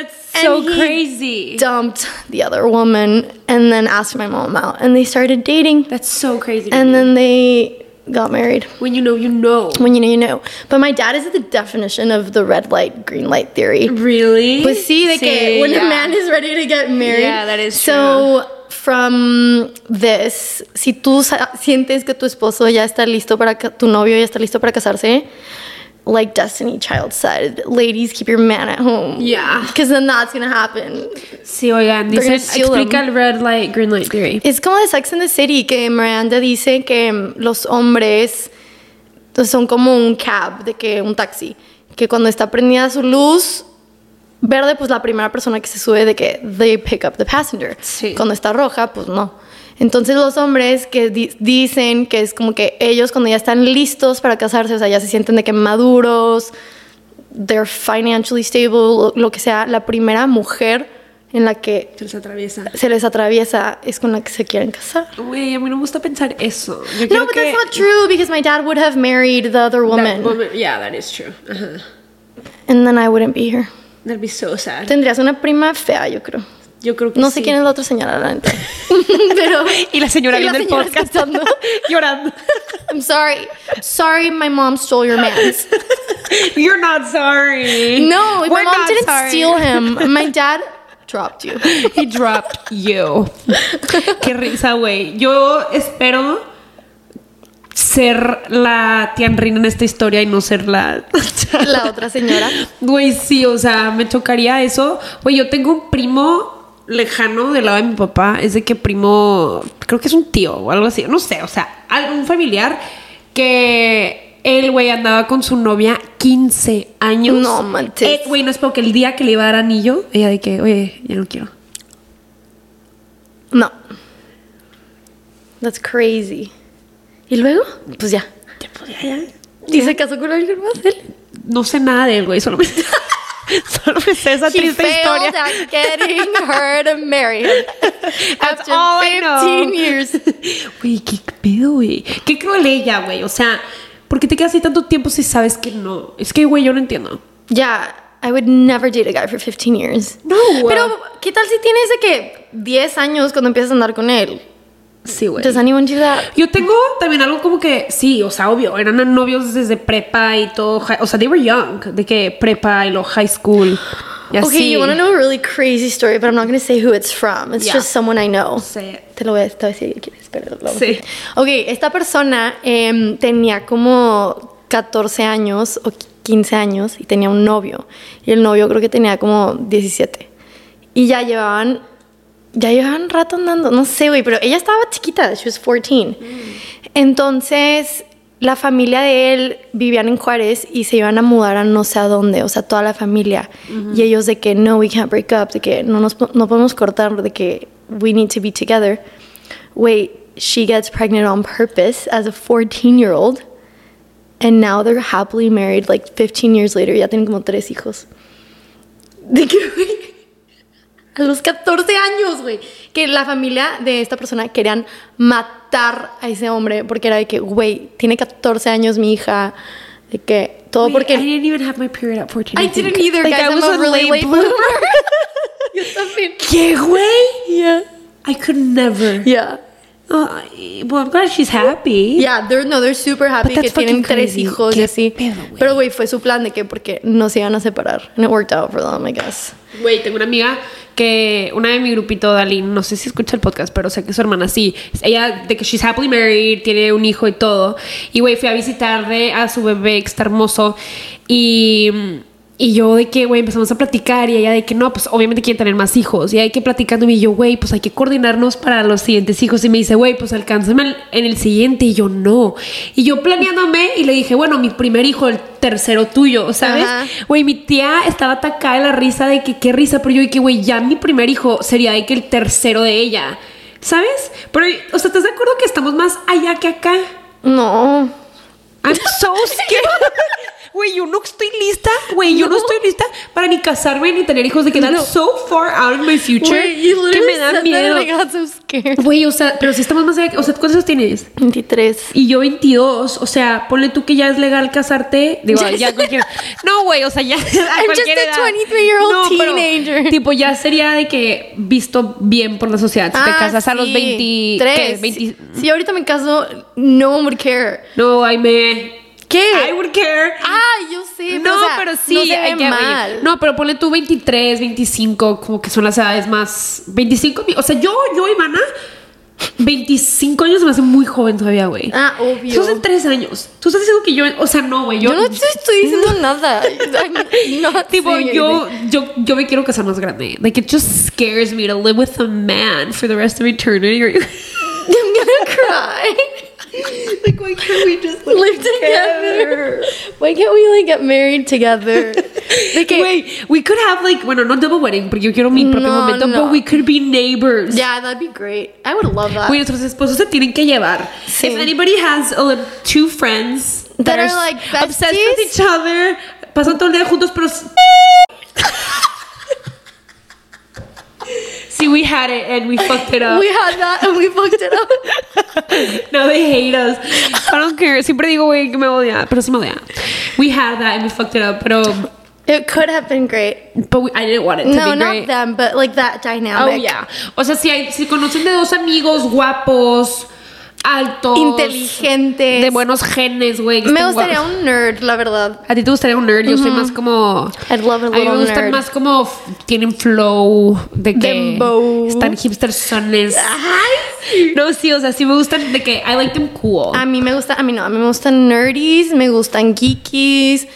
A: That's so
C: And he
A: crazy.
C: Dumped the other woman and then asked my mom out and they started dating
A: That's so crazy.
C: and then they got married.
A: when you know, you know.
C: When you know, you know. But my dad is the definition of the red light, green light theory.
A: Really?
C: Pues sí, de que when
A: yeah.
C: a man is ready to get married.
A: Yeah, that is
C: So, from this, si tú sa- sientes que tu esposo ya está listo para ca- tu novio ya está listo para casarse, like Destiny Child said, ladies keep your man at home.
A: Yeah.
C: Because then that's gonna happen.
A: Sí, oigan,
C: They're
A: dicen,
C: gonna steal
A: explica el red light, green light theory.
C: Es como de Sex and the City que Miranda dice que mm, los hombres pues, son como un cab, de que un taxi, que cuando está prendida su luz verde, pues la primera persona que se sube de que they pick up the passenger.
A: Sí.
C: Cuando está roja, pues no. Entonces los hombres que di- dicen que es como que ellos cuando ya están listos para casarse, o sea, ya se sienten de que maduros, they're financially stable, lo- lo que sea, la primera mujer en la que
A: Se les atraviesa.
C: se les atraviesa es con la que se quieren casar.
A: Güey, a mí no me gusta pensar eso. Yo
C: No,
A: creo
C: but
A: que
C: that's not true because my dad would have married the other woman
A: That woman- Yeah, that is true. Ajá.
C: and then I wouldn't be here.
A: That'd be so sad.
C: Tendrías una prima fea, yo creo.
A: Yo creo que
C: No sé
A: sí.
C: quién es la otra señora, la neta. Pero
A: Y la señora
C: Y la
A: viendo el
C: señora
A: podcast
C: escuchando.
A: llorando.
C: I'm sorry. Sorry my mom stole your man.
A: You're not sorry.
C: No, my
A: We're
C: mom
A: not
C: didn't
A: sorry.
C: steal him. My dad dropped you.
A: He dropped you. Qué risa, güey. Yo espero ser la tianrina en esta historia y no ser la...
C: La otra señora.
A: Güey, sí, o sea, me chocaría eso. Güey, yo tengo un primo lejano del lado de mi papá. Es de que primo, creo que es un tío o algo así. No sé, o sea, algún familiar que el güey andaba con su novia 15 años.
C: No manches.
A: Eh, Güey, no es porque el día que le iba a dar anillo, ella de que, oye, ya no quiero.
C: No. That's crazy. ¿Y luego? Pues ya.
A: Ya, pues, ya, ya.
C: ¿Y se casó con alguien más él?
A: No sé nada de él, güey, solo me, solo me sé esa
C: He
A: triste
C: failed
A: historia.
C: at getting her to marry him
A: That's
C: after
A: all I know.
C: 15 years.
A: Güey, qué pedo, güey. Qué cruel ella, güey. O sea, ¿por qué te quedas ahí tanto tiempo si sabes que no? Es que, güey, yo no entiendo.
C: Ya, I would never date a guy for 15 years.
A: No.
C: Pero, ¿qué tal si tienes de que 10 años cuando empiezas a andar con él?
A: Sí, güey.
C: Does anyone do that?
A: Yo tengo también algo como que, sí, o sea, obvio, eran novios desde prepa y todo, hi- o sea, they were young, de que prepa y lo high school y así.
C: Okay, you want to know a really crazy story, but I'm not going to say who it's from. It's
A: Yeah.
C: just someone I know.
A: Say it.
C: Te lo voy a, te voy a decir quién es, pero lo-
A: Sí.
C: Ok, esta persona em, tenía como 14 años o 15 años y tenía un novio. Y el novio creo que tenía como 17. Y ya llevaban, ya llevaban rato andando, no sé, güey, pero ella estaba chiquita, she was 14. Entonces, la familia de él vivían en Juárez y se iban a mudar a no sé a dónde, o sea, toda la familia. Y ellos de que, no, we can't break up, de que no, nos, po- no podemos cortar, de que we need to be together. Wait, she gets pregnant on purpose as a 14-year-old. And now they're happily married, like 15 years later, ya tienen como tres hijos. De que, güey, a los 14 años, güey. Que la familia de esta persona querían matar a ese hombre porque era de que, güey, tiene 14 años mi hija. De que todo
A: Güey,
C: porque.
A: I didn't even have my period at 14.
C: I
A: think.
C: didn't either,
A: Like,
C: guys.
A: I
C: I'm
A: was
C: a
A: a
C: really
A: late
C: late
A: bloomer.
C: bloomer. Yo también.
A: ¿Qué, güey?
C: Yeah.
A: I could never.
C: Yeah.
A: Ay, well, I'm glad she's happy.
C: Yeah, they're, no, they're super happy
A: But that's
C: que tienen
A: fucking
C: tres
A: crazy.
C: hijos y
A: Qué
C: así.
A: pedo, güey.
C: Pero, güey, fue su plan de que porque no se iban a separar. And it worked out for them, I guess.
A: Güey, tengo una amiga que, una de mi grupito, Dalí, no sé si escucha el podcast, pero sé que su hermana sí. Ella, de que she's happily married, tiene un hijo y todo. Y, güey, fui a visitarle a su bebé, que está hermoso. Y, y yo, de que, güey, empezamos a platicar. Y ella, de que no, pues obviamente quiere tener más hijos. Y hay que platicando. Y yo, güey, pues hay que coordinarnos para los siguientes hijos. Y me dice, güey, pues alcánzame al- en el siguiente. Y yo, no. Y yo planeándome, y le dije, bueno, mi primer hijo, el tercero tuyo, ¿sabes?
C: Ajá.
A: Güey, mi tía estaba atacada de la risa de que qué risa, pero yo de que, güey, ya mi primer hijo sería de que el tercero de ella, ¿sabes? Pero, o sea, ¿estás de acuerdo que estamos más allá que acá?
C: No.
A: I'm so scared. Güey, yo no estoy lista, güey, yo no.
C: No.
A: estoy lista para ni casarme ni tener hijos de que that's
C: No.
A: so far out of my future
C: Güey, you
A: que
C: literally
A: me da
C: said that
A: miedo.
C: and I got so scared.
A: Güey, o sea, pero si estamos más allá, que- o sea, ¿cuántos años tienes?
C: 23.
A: Y yo 22, o sea, ponle tú que ya es legal casarte. Digo,
C: Ya
A: ya
C: sé.
A: cualquier- No, güey, o sea, ya. A cualquier
C: just a
A: edad.
C: 23-year-old
A: pero,
C: teenager.
A: tipo, ya sería de que visto bien por la sociedad. Si te
C: Ah,
A: casas a los
C: sí.
A: 20. ¿qué?
C: Tres.
A: 20
C: Si, si ahorita me caso, no one would care.
A: No, ay, me. I
C: ¿Qué?
A: would care.
C: Ah, yo sé.
A: no,
C: o sea,
A: pero sí,
C: No se
A: I
C: ve
A: get what you-
C: mal.
A: No, pero ponle tú 23, 25, como que son las edades más. 25, o sea, yo, yo, Ivana, 25 años se me hace muy joven todavía, güey.
C: Ah, obvio.
A: Eso es en tres años. Tú estás diciendo que yo, o sea, no, güey. Yo,
C: Yo no te estoy diciendo nada. I'm not
A: Tipo,
C: saying
A: yo,
C: anything.
A: yo, yo me quiero casar más grande. Like, it just scares me to live with a man for the rest of eternity. Or-
C: I'm gonna cry.
A: like, why can't we just
C: Live together. Why can't we like get married together? De que-
A: Wait, we could have like, bueno, no double wedding, porque yo quiero mi propio
C: No,
A: momento,
C: no.
A: but we could be neighbors.
C: Yeah, that'd be great. I would love that.
A: Güey, nuestros esposos se tienen que llevar.
C: Sí.
A: If anybody has a li- two friends
C: That are, like,
A: s- obsessed with
C: besties.
A: each other, pasan todo el día juntos, pero. s- See, we had it and we fucked it up.
C: We had that and we fucked it up.
A: No, they hate us. I don't care. Siempre digo, güey, que me odia, pero sí me odia. We had that and we fucked it up, pero.
C: It could have been great.
A: But we- I didn't want it to
C: No,
A: be
C: not
A: great.
C: them, but like that
A: Oh,
C: dynamic.
A: yeah. O sea, si, hay, si conocen de dos amigos guapos, altos,
C: Inteligentes.
A: de buenos genes, güey. que
C: Me
A: estén
C: gustaría
A: guapos.
C: un nerd, la verdad.
A: A ti te gustaría un nerd, yo soy más como.
C: I'd love a
A: a mí me
C: little
A: gustan
C: nerd.
A: más como f- tienen flow, de que
C: Dembow. Ah.
A: están hipstersones. No, sí, o sea, sí me gustan de que I like them cool.
C: A mí me gusta, a mí no, a mí me gustan nerdies, me gustan geekies,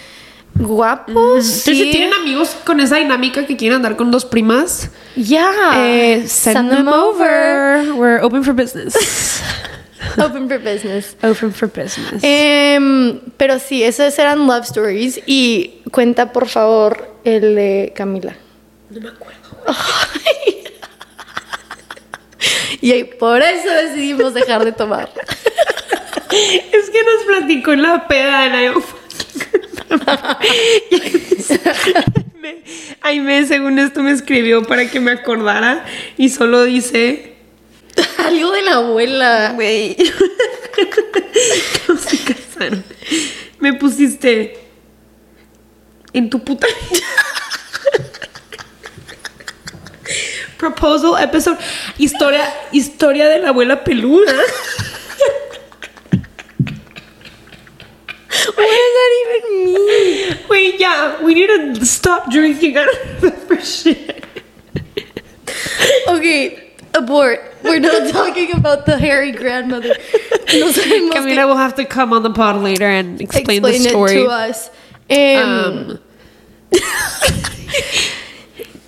C: guapos.
A: Mm. Entonces, si
C: sí.
A: tienen amigos con esa dinámica que quieren andar con dos primas,
C: Yeah.
A: eh, send, them, over. We're open for business.
C: Open for business.
A: open for business.
C: Em, pero sí, esas eran love stories. Y cuenta, por favor, el de Camila.
A: no me acuerdo.
C: Y ahí por eso decidimos dejar de tomar.
A: Es que nos platicó en la peda de la Aime- Aime, según esto, me escribió para que me acordara y solo dice.
C: Algo de la abuela.
A: Güey. no se casaron. Me pusiste. En tu puta. vida. Proposal episode. Historia, historia de la abuela peluda.
C: What does that even mean?
A: Wait, yeah, we need to stop drinking out of pepper shit.
C: Okay, abort. We're not talking about the hairy grandmother. No sabemos qué-
A: Camila will have to come on the pod later and explain, the
C: it
A: story.
C: to us. Em,
A: Um,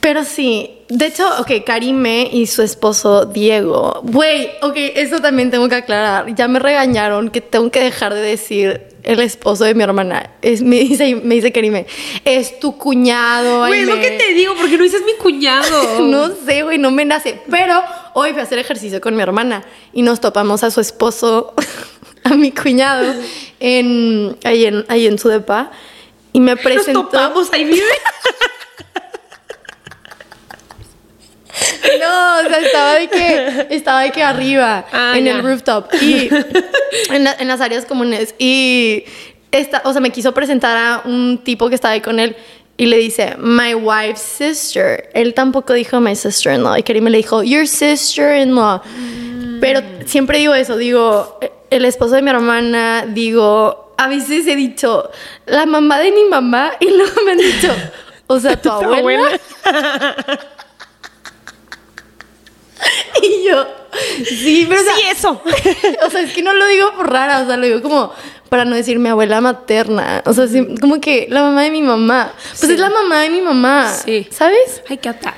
C: pero sí, de hecho, ok, Karime y su esposo Diego. Güey, ok, eso también tengo que aclarar. Ya me regañaron que tengo que dejar de decir el esposo de mi hermana. Es, me, dice, me dice Karime, es tu cuñado.
A: Güey, es lo
C: Aime".
A: que te digo, porque no dices mi cuñado.
C: No sé, güey, no me nace. Pero hoy fui a hacer ejercicio con mi hermana y nos topamos a su esposo, a mi cuñado, en, ahí, en, ahí en su depa. Y me
A: Nos
C: presentó.
A: topamos, ahí vive.
C: No, o sea, estaba de que, estaba de que arriba,
A: Ah,
C: en
A: ya.
C: el rooftop. Y en, la- en las áreas comunes. Y, esta, o sea, me quiso presentar a un tipo que estaba ahí con él. Y le dice, my wife's sister. Él tampoco dijo my sister-in-law. Y Karim le dijo, your sister-in-law. Pero siempre digo eso, digo, eh, el esposo de mi hermana, digo, a veces he dicho, la mamá de mi mamá. Y luego me han dicho, o sea, tu abuela. Y yo, sí, pero o sea,
A: Sí, eso.
C: o sea, es que no lo digo por rara, o sea, lo digo como para no decir mi abuela materna. O sea, sí, como que la mamá de mi mamá. Pues
A: Sí.
C: es la mamá de mi mamá.
A: Sí.
C: ¿Sabes?
A: I get that.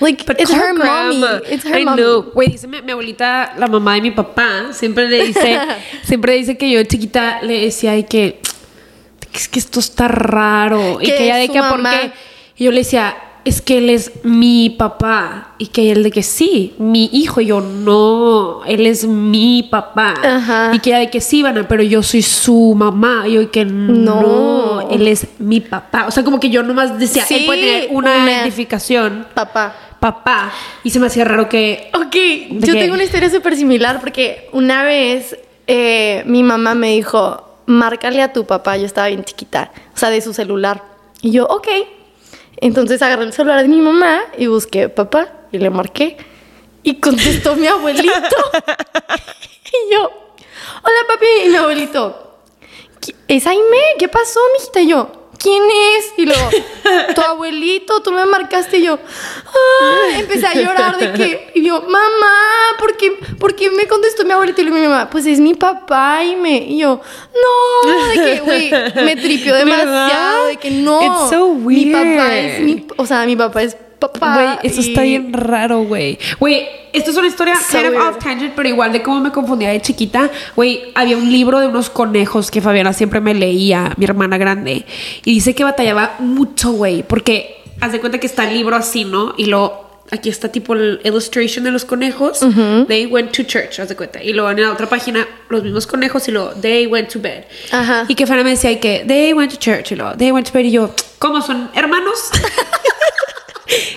C: Like,
A: But
C: it's
A: call
C: her
A: grandma.
C: mommy. It's her
A: I
C: mommy.
A: know. Güey, dice mi, mi abuelita, la mamá de mi papá, siempre le dice, siempre dice que yo de chiquita le decía de que es que esto está raro y
C: Que
A: que ella de
C: su
A: que "¿Ah, por
C: mamá-
A: qué y yo le decía es que él es mi papá y que él de que sí, mi hijo y yo no, él es mi papá
C: Ajá.
A: y que ella de que sí, Ivana, pero yo soy su mamá y yo de que no,
C: No.
A: él es mi papá, o sea como que yo nomás decía él
C: Sí,
A: puede tener una,
C: una-
A: identificación
C: Papá.
A: papá. Y se me hacía raro que.
C: Ok,
A: ¿De
C: yo
A: qué?
C: tengo una historia súper similar porque una vez eh, mi mamá me dijo, márcale a tu papá, yo estaba bien chiquita, o sea, de su celular. Y yo, ok. Entonces agarré el celular de mi mamá y busqué papá y le marqué. Y contestó mi abuelito. y yo, hola papi, y mi abuelito. "¿Qui- ¿Es Aime? ¿Qué pasó, mijita? Y yo, ¿quién es? Y luego, tu abuelito, tú me marcaste. Y yo, "Ah", empecé a llorar de que, y yo, mamá, ¿por qué, por qué me contestó mi abuelito? Y luego mi mamá, pues es mi papá, Aime. Y yo, no, de que, güey, me tripió
A: ¿Verdad?
C: demasiado, de que no.
A: It's so
C: Mi papá
A: weird.
C: es mi, o sea, mi papá es papá.
A: Güey, eso
C: y-
A: está bien raro, güey. Güey, esto es una historia
C: So
A: kind of
C: weird.
A: off tangent, pero igual de cómo me confundía de chiquita. Güey, había un libro de unos conejos que Fabiana siempre me leía, mi hermana grande. Y dice que batallaba mucho, güey, porque haz de cuenta que está el libro así, ¿no? Y luego. Aquí está tipo el illustration de los conejos. They went to church, haz de cuenta. Y luego en la otra página, los mismos conejos y luego they went to bed.
C: Ajá.
A: Y que Fana me decía y que they went to church y luego they went to bed. Y yo, ¿cómo son hermanos?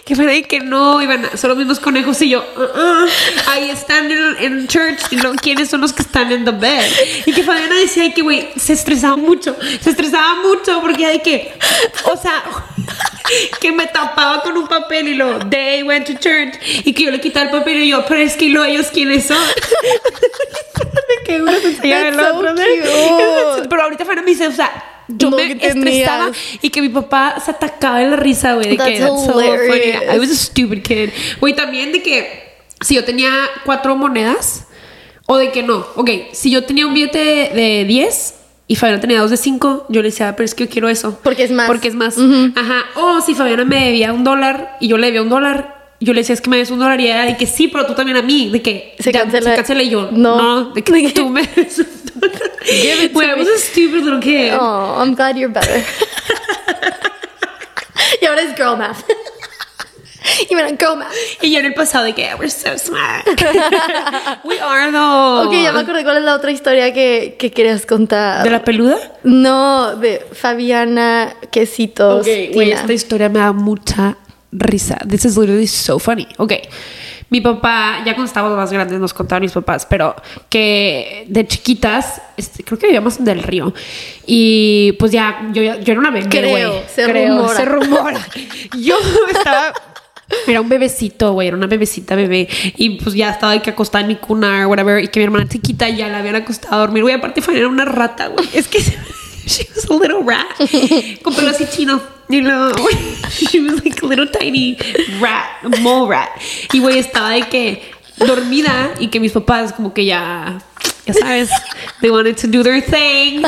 A: Que fuera y que no, iban a- son los mismos conejos y yo, "Uh, uh, ahí están en, en church, y no, ¿quiénes son los que están en the bed? Y que Fabiana decía ay, que, güey, se estresaba mucho, se estresaba mucho porque hay que, o sea, que me tapaba con un papel y lo, they went to church, y que yo le quitaba el papel y yo, pero es que ¿y luego ellos quiénes son. que uno se enseñaba
C: That's
A: el
C: so
A: otro, ¿no?
C: cute.
A: Pero ahorita Fabiana me dice, o sea, yo
C: No
A: me
C: entendías.
A: estresaba y que mi papá se atacaba de la risa, güey, de que
C: That's
A: "That's so funny.
C: hilarious."
A: I was a stupid kid. Güey, también de que si yo tenía cuatro monedas o de que no. Ok, si yo tenía un billete de, de 10 y Fabiana tenía dos de 5, yo le decía, "Ah, pero es que yo quiero eso.
C: Porque es más.
A: Porque es más.
C: Ujú.
A: Ajá. O si Fabiana me debía un dólar y yo le debía un dólar. Yo le decía, es que me debes un dólar y ella de que sí, pero tú también a mí, de que
C: Se
A: ya,
C: cancela.
A: se cancela y yo, no,
C: No.
A: de que tú me debes un dólar.
C: Give it to
A: Güey, I was a stupid little kid.
C: Oh, I'm glad you're better. y ahora es girl math. y bueno, girl math.
A: Y yo en el pasado de que we're so smart. We are though.
C: Ok, ya me acordé cuál es la otra historia que, que querías contar.
A: ¿De la peluda?
C: No, de Fabiana Quesitos.
A: güey,
C: Tina.
A: esta historia me da mucha risa. This is literally so funny. Ok. Mi papá, ya cuando estábamos más grandes nos contaban mis papás, pero que de chiquitas, este, creo que vivíamos en Del Río. Y pues ya, yo, ya- yo era una bebé,
C: Creo,
A: güey.
C: se rumora.
A: se rumora. Yo estaba Era un bebecito, güey, era una bebecita bebé. Y pues ya estaba de que acostada en mi cuna, whatever. Y que mi hermana chiquita ya la habían acostado a dormir. Güey, aparte fue era una rata, güey. Es que she was a little rat. Con pelo así chino. You know, she was like a little tiny rat, mole rat. Y güey, estaba de que dormida y que mis papás como que ya ya sabes, they wanted to do their thing.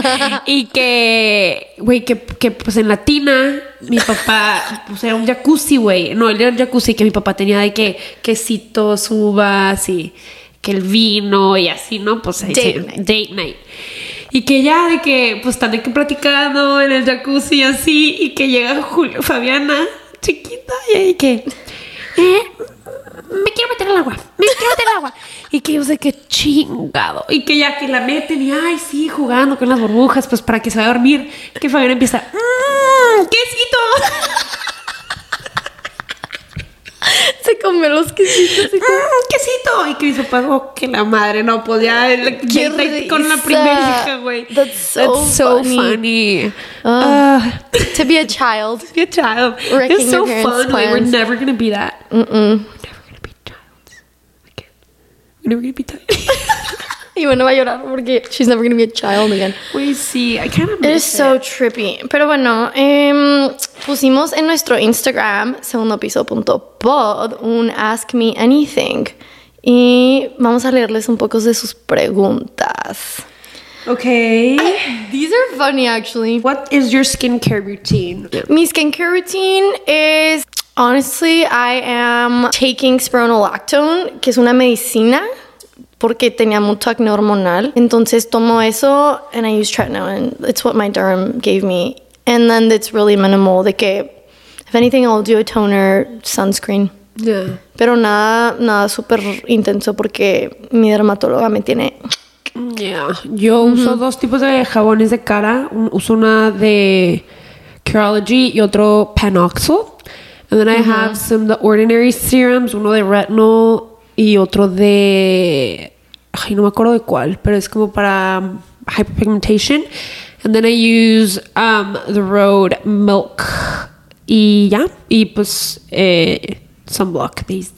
A: Y que, güey, que, que pues en Latina, mi papá, pues era un jacuzzi, güey. No, él era un jacuzzi que mi papá tenía de que quesitos, uvas y que el vino y así, ¿no? Pues ahí
C: Date
A: se-
C: night.
A: date night. Y que ya de que, pues están de que platicando en el jacuzzi y así, y que llega Julio, Fabiana, chiquita, y ahí que, "Eh, me quiero meter al agua, me quiero meter al agua. Y que yo sé que chingado. Y que ya que la meten y, ay, sí, jugando con las burbujas, pues para que se vaya a dormir. Que Fabián empieza, mmm, quesito,
C: Se comió los quesitos. y-
A: mmm, quesito. Y que hizo papás, oh, que la madre, no, pues ya el-
C: Qué
A: de- con la
C: risa.
A: primera hija, güey.
C: That's so funny.
A: Ah.
C: Ah. To be a child.
A: be a child.
C: Wrecking
A: It's so
C: your parents'
A: fun. Like, we're
C: plans.
A: never gonna be that. Mm-mm. We're never gonna be childs again. We're never gonna be tired.
C: Y bueno, va a llorar porque she's never gonna be a child again.
A: Wait, see, I kind of
C: It
A: miss
C: is so trippy. Pero bueno, em, pusimos en nuestro Instagram, segundopiso.pod, un Ask Me Anything. Y vamos a leerles un poco de sus preguntas.
A: it. Okay.
C: These are funny, actually.
A: What is your skincare routine?
C: My skincare routine is honestly I am taking spironolactone, que es una medicina porque tenía mucho acné hormonal. Entonces tomo eso and I use tretinoin. and it's what my derm gave me. And then it's really minimal. De que if anything I'll do a toner, sunscreen.
A: Yeah.
C: Pero nada, nada súper intenso porque mi dermatóloga me tiene
A: Yeah. Yo uso dos tipos de jabones de cara. Un- uso una de Curology y otro Panoxyl. And then I have some The Ordinary serums, uno de retinol y otro de... Ay, no me acuerdo de cuál, pero es como para um, hyperpigmentation. And then I use um, the Road Milk y ya. Y pues eh, sunblock, Based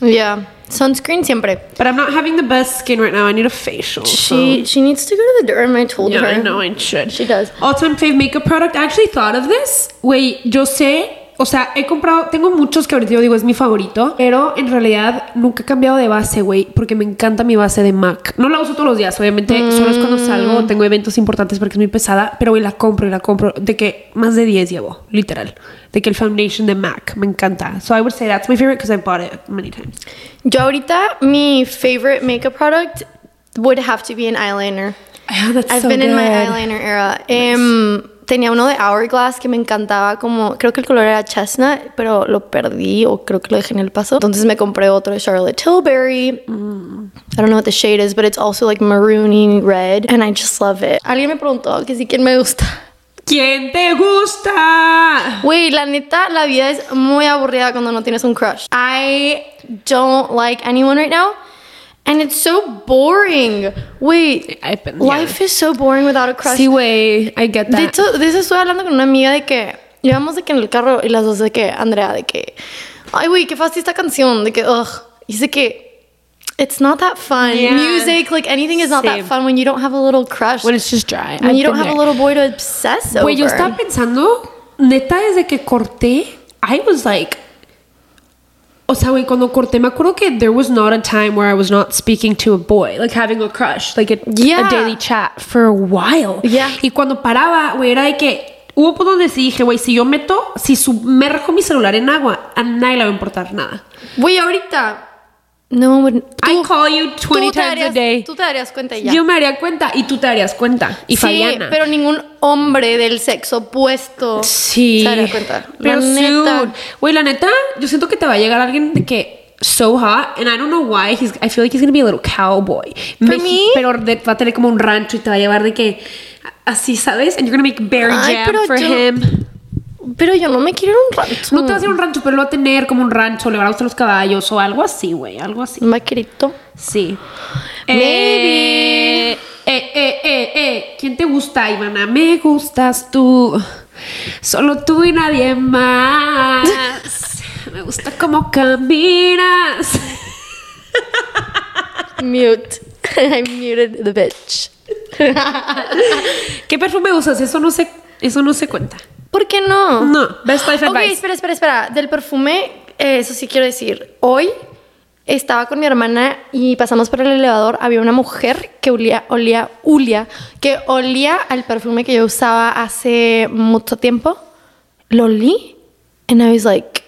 C: yeah, sunscreen siempre.
A: But I'm not having the best skin right now. I need a facial. so-
C: She she needs to go to the derm. I told
A: Oh. Yeah,
C: her.
A: I know it should.
C: She does.
A: All time fave makeup product. I actually thought of this. Güey, yo sé, o sea, he comprado, tengo muchos que ahorita yo digo es mi favorito, pero en realidad nunca he cambiado de base, güey, porque me encanta mi base de MAC. No la uso todos los días, obviamente, solo es cuando salgo, tengo eventos importantes porque es muy pesada, pero güey, la compro y la compro. De que más de 10 llevo, literal. De que el foundation de MAC, me encanta. So I would say that's my favorite because I bought it many times.
C: Yo ahorita mi favorite makeup product would have to be an eyeliner.
A: Ah, that's
C: I've
A: so
C: been in my
A: good.
C: eyeliner era. Em, tenía uno de Hourglass que me encantaba como creo que el color era chestnut, pero lo perdí o creo que lo dejé en el paso. Entonces me compré otro de Charlotte Tilbury.
A: Mm.
C: I don't know what the shade is, but it's also like maroony red and I just love it. Alguien me preguntó que sí quién me gusta.
A: ¿Quién te gusta?
C: Güey, la neta, la vida es muy aburrida cuando no tienes un crush. I don't like anyone right now. And it's so boring. Wait,
A: I- yeah.
C: life is so boring without a crush.
A: Sí, güey, I get that.
C: de hecho, de eso estuve hablando con una amiga de que llevamos de que en el carro y las dos de que, Andrea, de que, ay, güey, qué fácil esta canción, de que, ugh. Y dice que, it's not that fun.
A: Yeah.
C: Music, like anything is not
A: Same.
C: that fun when you don't have a little crush.
A: When it's just dry.
C: When
A: I've
C: you don't
A: been
C: have a
A: there.
C: little boy to obsess over.
A: Güey, yo estaba pensando, neta, desde que corté, I was like. O sea, güey, cuando corté, me acuerdo que there was not a time where I was not speaking to a boy, like having a crush, like a,
C: Yeah.
A: a daily chat for a while.
C: Yeah.
A: Y cuando paraba, güey, era de que. Hubo por donde sí dije, güey, si yo meto, si sumerjo mi celular en agua, a nadie le va a importar nada.
C: Güey, ahorita. No, bueno, tú,
A: I call you 20
C: tú te
A: times
C: darías,
A: a day.
C: Tú te darías cuenta ya.
A: Yo me daría cuenta y tú te darías cuenta. Y
C: sí,
A: Fabiana.
C: pero ningún hombre del sexo opuesto
A: Sí.
C: se daría cuenta.
A: Pero
C: la neta.
A: soon. Güey, la neta, yo siento que te va a llegar alguien de que so hot and I don't know why he's I feel like he's gonna be a little cowboy. Meji-
C: mí-
A: pero de- va a tener como un rancho y te va a llevar de que así, ¿sabes? And you're gonna make berry
C: Ay,
A: jam
C: pero
A: for
C: yo- Mm.
A: him.
C: Pero yo no me quiero ir a un rancho.
A: No te va a hacer un rancho, pero lo va a tener como un rancho, le van a gustar los caballos o algo así, güey, algo así.
C: Un vaquerito.
A: Sí.
C: Maybe.
A: Eh, eh, eh, eh, eh. ¿Quién te gusta, Ivana? Me gustas tú. Solo tú y nadie más. Me gusta cómo caminas.
C: Mute. I muted the bitch.
A: ¿Qué perfume usas? Eso no se, eso no se cuenta.
C: ¿Por qué no?
A: No, best life
C: Ok,
A: advice.
C: espera, espera, espera. Del perfume, eh, eso sí quiero decir. Hoy estaba con mi hermana y pasamos por el elevador. Había una mujer que olía, olía, Ulia, que olía al perfume que yo usaba hace mucho tiempo. Lo olí. And I was like,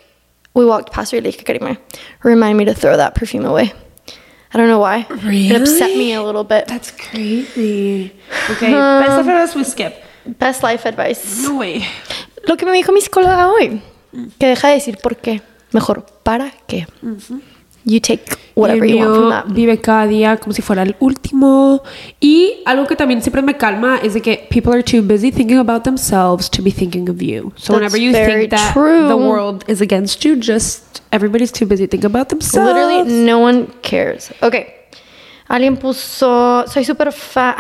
C: we walked past her, like, Karima, remind me to throw that perfume away. I don't know why. It upset me a little bit.
A: That's crazy. Okay, best life advice we skip.
C: Best life advice.
A: No way.
C: Lo que me dijo mi psicóloga hoy,
A: Mm.
C: que deja de decir por qué, mejor para qué. You take whatever
A: Y el
C: you want from
A: mío
C: that.
A: vive cada día como si fuera el último. Y algo que también siempre me calma es de que people are too busy thinking about themselves to be thinking of you. So
C: That's
A: whenever you
C: very
A: think that
C: true.
A: the world is against you, just everybody's too busy thinking about themselves.
C: Literally no one cares. Ok. Alguien puso, soy súper fan.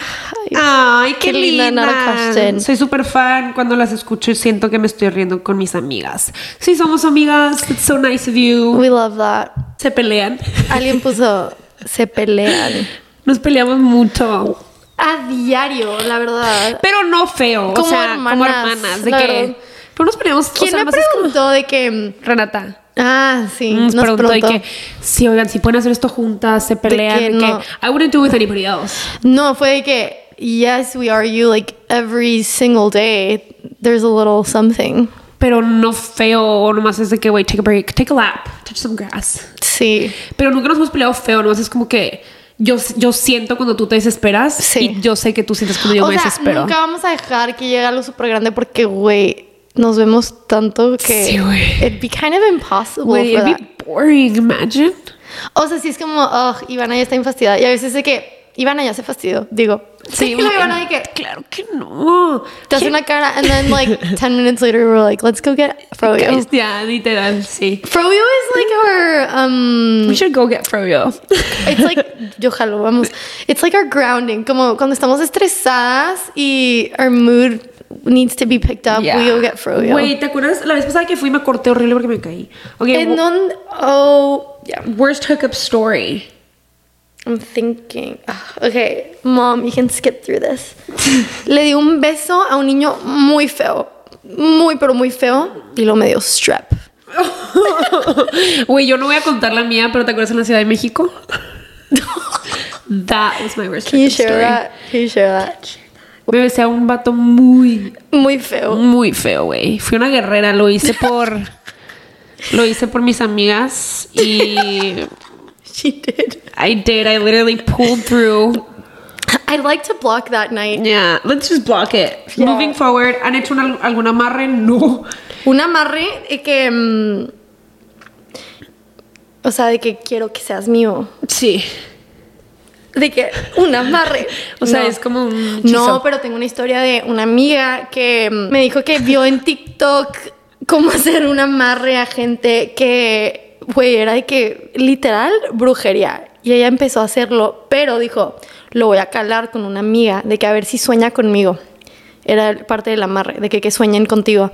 A: Ay, qué,
C: Qué linda,
A: linda.
C: not a question.
A: Soy súper fan. Cuando las escucho, siento que me estoy riendo con mis amigas. Sí, somos amigas. It's so nice of you.
C: We love that.
A: Se pelean.
C: Alguien puso, se pelean.
A: Nos peleamos mucho.
C: A diario, la verdad.
A: Pero no feo. o
C: Como
A: sea, como
C: hermanas,
A: hermanas. De
C: la
A: que,
C: verdad.
A: pero nos peleamos. o
C: ¿Quién
A: sea,
C: me
A: más es como-
C: preguntó de que... mm,
A: Renata.
C: Ah, sí,
A: Nos,
C: nos,
A: preguntó, de
C: preguntó.
A: que, sí, oigan, si pueden hacer esto juntas, se pelean.
C: que
A: De que,
C: no.
A: I wouldn't do it with anybody else.
C: No, fue de que, yes, we are you, like every single day, there's a little something.
A: Pero no feo. O nomás es de que, wait, take a break, take a lap, touch some grass.
C: Sí.
A: Pero nunca nos hemos peleado feo, ¿no? Es como que yo, yo siento cuando tú te desesperas
C: Sí.
A: y yo sé que tú sientes cuando yo
C: o
A: me
C: sea,
A: desespero.
C: nunca vamos a dejar que llegue algo súper grande porque, güey, nos vemos tanto que...
A: Sí, güey.
C: It'd be kind of impossible
A: Güey,
C: for
A: it'd
C: that.
A: be boring, imagine.
C: O sea, sí es como, oh, Ivana ya está infastidada. Y a veces de que, Ivana ya se fastidió, digo. Sí,
A: güey.
C: Ivana de que...
A: Claro que no.
C: Te hace una cara, and then like 10 minutes later we're like, let's go get Froyo.
A: Ya, literal, sí.
C: Froyo is like our, um,
A: We should go get Froyo.
C: It's like, yo jalo, vamos. It's like our grounding, como cuando estamos estresadas y our mood needs to be picked up, we go get froyo.
A: Güey, ¿te acuerdas? La vez pasada que fui me corté horrible porque me caí. Ok,
C: En
A: wo-
C: donde, oh, yeah,
A: worst hookup story.
C: I'm thinking. Ah, Okay, mom, you can skip through this. Le di un beso a un niño muy feo, muy pero muy feo, y lo me dio strep.
A: Güey, yo no voy a contar la mía, pero ¿te acuerdas en la Ciudad de México? That was my worst
C: Can you
A: hookup
C: share
A: story.
C: that? Can you share that?
A: Me besé a un vato muy,
C: Muy feo.
A: muy feo, güey. Fui una guerrera, lo hice por. lo hice por mis amigas y.
C: She did.
A: I did, I literally pulled through.
C: I'd like to block that night.
A: Yeah, let's just block it.
C: Yeah.
A: Moving forward, ¿han hecho una- algún amarre? No.
C: Un amarre eh, que. mm, o sea, de que quiero que seas mío.
A: Sí.
C: De que un amarre.
A: O sea,
C: No.
A: es como un.
C: No,
A: hechizo.
C: pero tengo una historia de una amiga que mm, me dijo que vio en TikTok cómo hacer un amarre a gente que, güey, era de que literal brujería. Y ella empezó a hacerlo, pero dijo, lo voy a calar con una amiga, de que a ver si sueña conmigo. Era parte del amarre, de que, que sueñen contigo.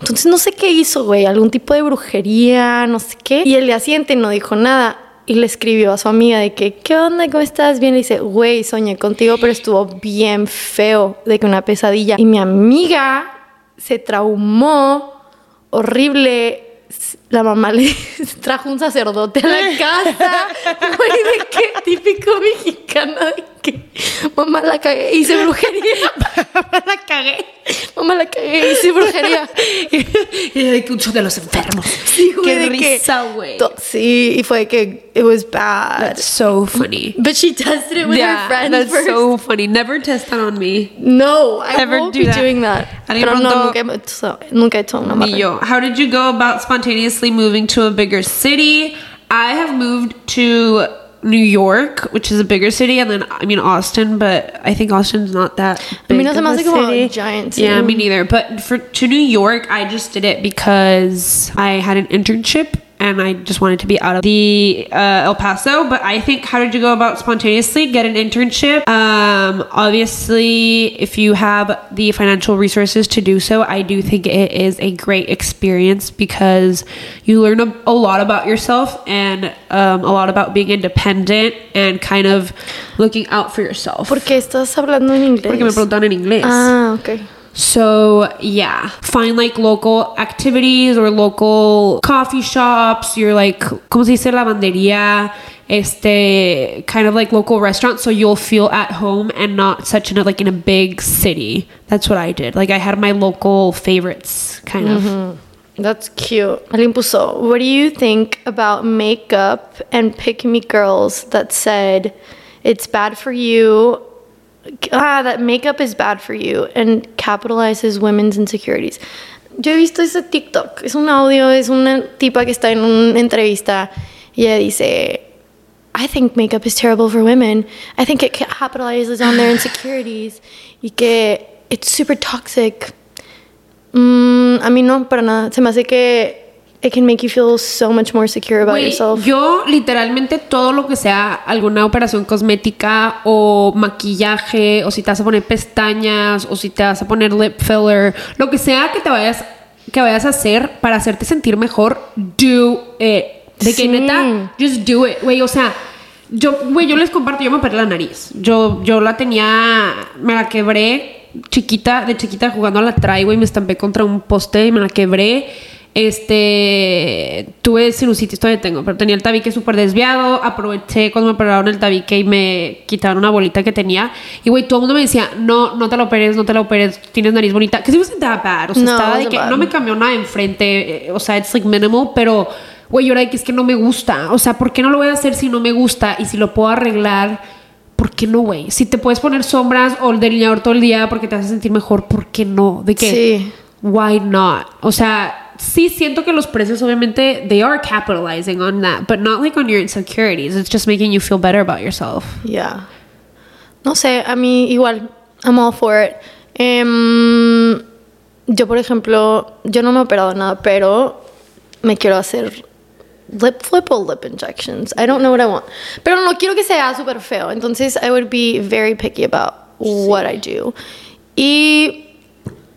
C: Entonces no sé qué hizo, güey, algún tipo de brujería, no sé qué. Y el día siguiente no dijo nada. Y le escribió a su amiga de que, ¿qué onda? ¿Cómo estás? Bien. Le dice, güey, soñé contigo, pero estuvo bien feo, de que una pesadilla. Y mi amiga se traumó, horrible. S- La mamá le trajo un sacerdote a la casa. Güey, de qué típico mexicano, de que mamá la cagué, hice brujería. mamá la cagué. Mamá la cagué, hice brujería.
A: y de que un show de los enfermos.
C: Sí, güey,
A: Qué
C: de que-
A: risa, güey.
C: To- Sí, y fue de que it was bad.
A: That's so funny.
C: But she tested it with her friends
A: that's
C: first.
A: so funny. Never test that on me.
C: no, I
A: Ever
C: won't
A: do
C: be
A: that.
C: doing that.
A: Alguien
C: Pero no,
A: preguntó-
C: nunca he hecho, nunca he hecho una
A: Ni
C: madre.
A: yo. How did you go about spontaneously moving to a bigger city? I have moved to New York, which is a bigger city, and then I mean Austin, but I think Austin's not that. Big
C: mí no se me
A: of
C: hace como
A: city.
C: giant
A: Yeah,
C: city.
A: me neither. But for to New York, I just did it because I had an internship and I just wanted to be out of the uh, El Paso. But I think, how did you go about spontaneously get an internship? Um, obviously, if you have the financial resources to do so, I do think it is a great experience because you learn a, a lot about yourself and um, a lot about being independent and kind of looking out for yourself.
C: ¿Por qué estás hablando en inglés?
A: Porque me preguntaron en inglés.
C: Ah, ok.
A: So, yeah, find like local activities or local coffee shops, your like, ¿cómo se dice? Lavanderia, este, kind of like local restaurants. So you'll feel at home and not such in a, like in a big city. That's what I did. Like, I had my local favorites, kind of.
C: That's cute. Alguien puso, what do you think about makeup and pick me girls that said it's bad for you? Ah, that makeup is bad for you and capitalizes women's insecurities. Yo he visto ese TikTok. Es un audio, es una tipa que está en una entrevista y ella dice, I think makeup is terrible for women. I think it capitalizes on their insecurities y que it's super toxic. Mm, a mí no, para nada. Se me hace que it can make you feel so much more secure about
A: Güey,
C: yourself.
A: Yo literalmente todo lo que sea alguna operación cosmética o maquillaje o si te vas a poner pestañas o si te vas a poner lip filler, lo que sea que te vayas que vayas a hacer para hacerte sentir mejor, do it. De que
C: Sí.
A: neta, just do it, güey, o sea, yo güey, yo les comparto, yo me operé la nariz. Yo yo la tenía me la quebré chiquita, de chiquita jugando a la traigo y me estampé contra un poste y me la quebré. Este, tuve sinusitis, todavía tengo, pero tenía el tabique súper desviado. Aproveché cuando me operaron el tabique y me quitaron una bolita que tenía. Y güey, todo el mundo me decía, no, no te la operes, no te la operes, tienes nariz bonita. Que sí me sentaba bad, o sea,
C: No,
A: estaba de
C: wasn't
A: que
C: bad.
A: no me cambió nada enfrente, eh, o sea, it's like minimal, pero güey, yo era de que es que no me gusta. O sea, ¿por qué no lo voy a hacer si no me gusta y si lo puedo arreglar? ¿Por qué no, güey? Si te puedes poner sombras o el delineador todo el día porque te hace sentir mejor, ¿por qué no? De que
C: Sí.
A: why not? O sea, sí siento que los precios obviamente they are capitalizing on that, but not like on your insecurities. It's just making you feel better about yourself.
C: Yeah. No sé, a mí igual, I'm all for it. Em, yo, por ejemplo, yo no me he operado nada, pero me quiero hacer lip flip o lip injections. I don't know what I want. Pero no quiero que sea súper feo. Entonces, I would be very picky about what I do. Y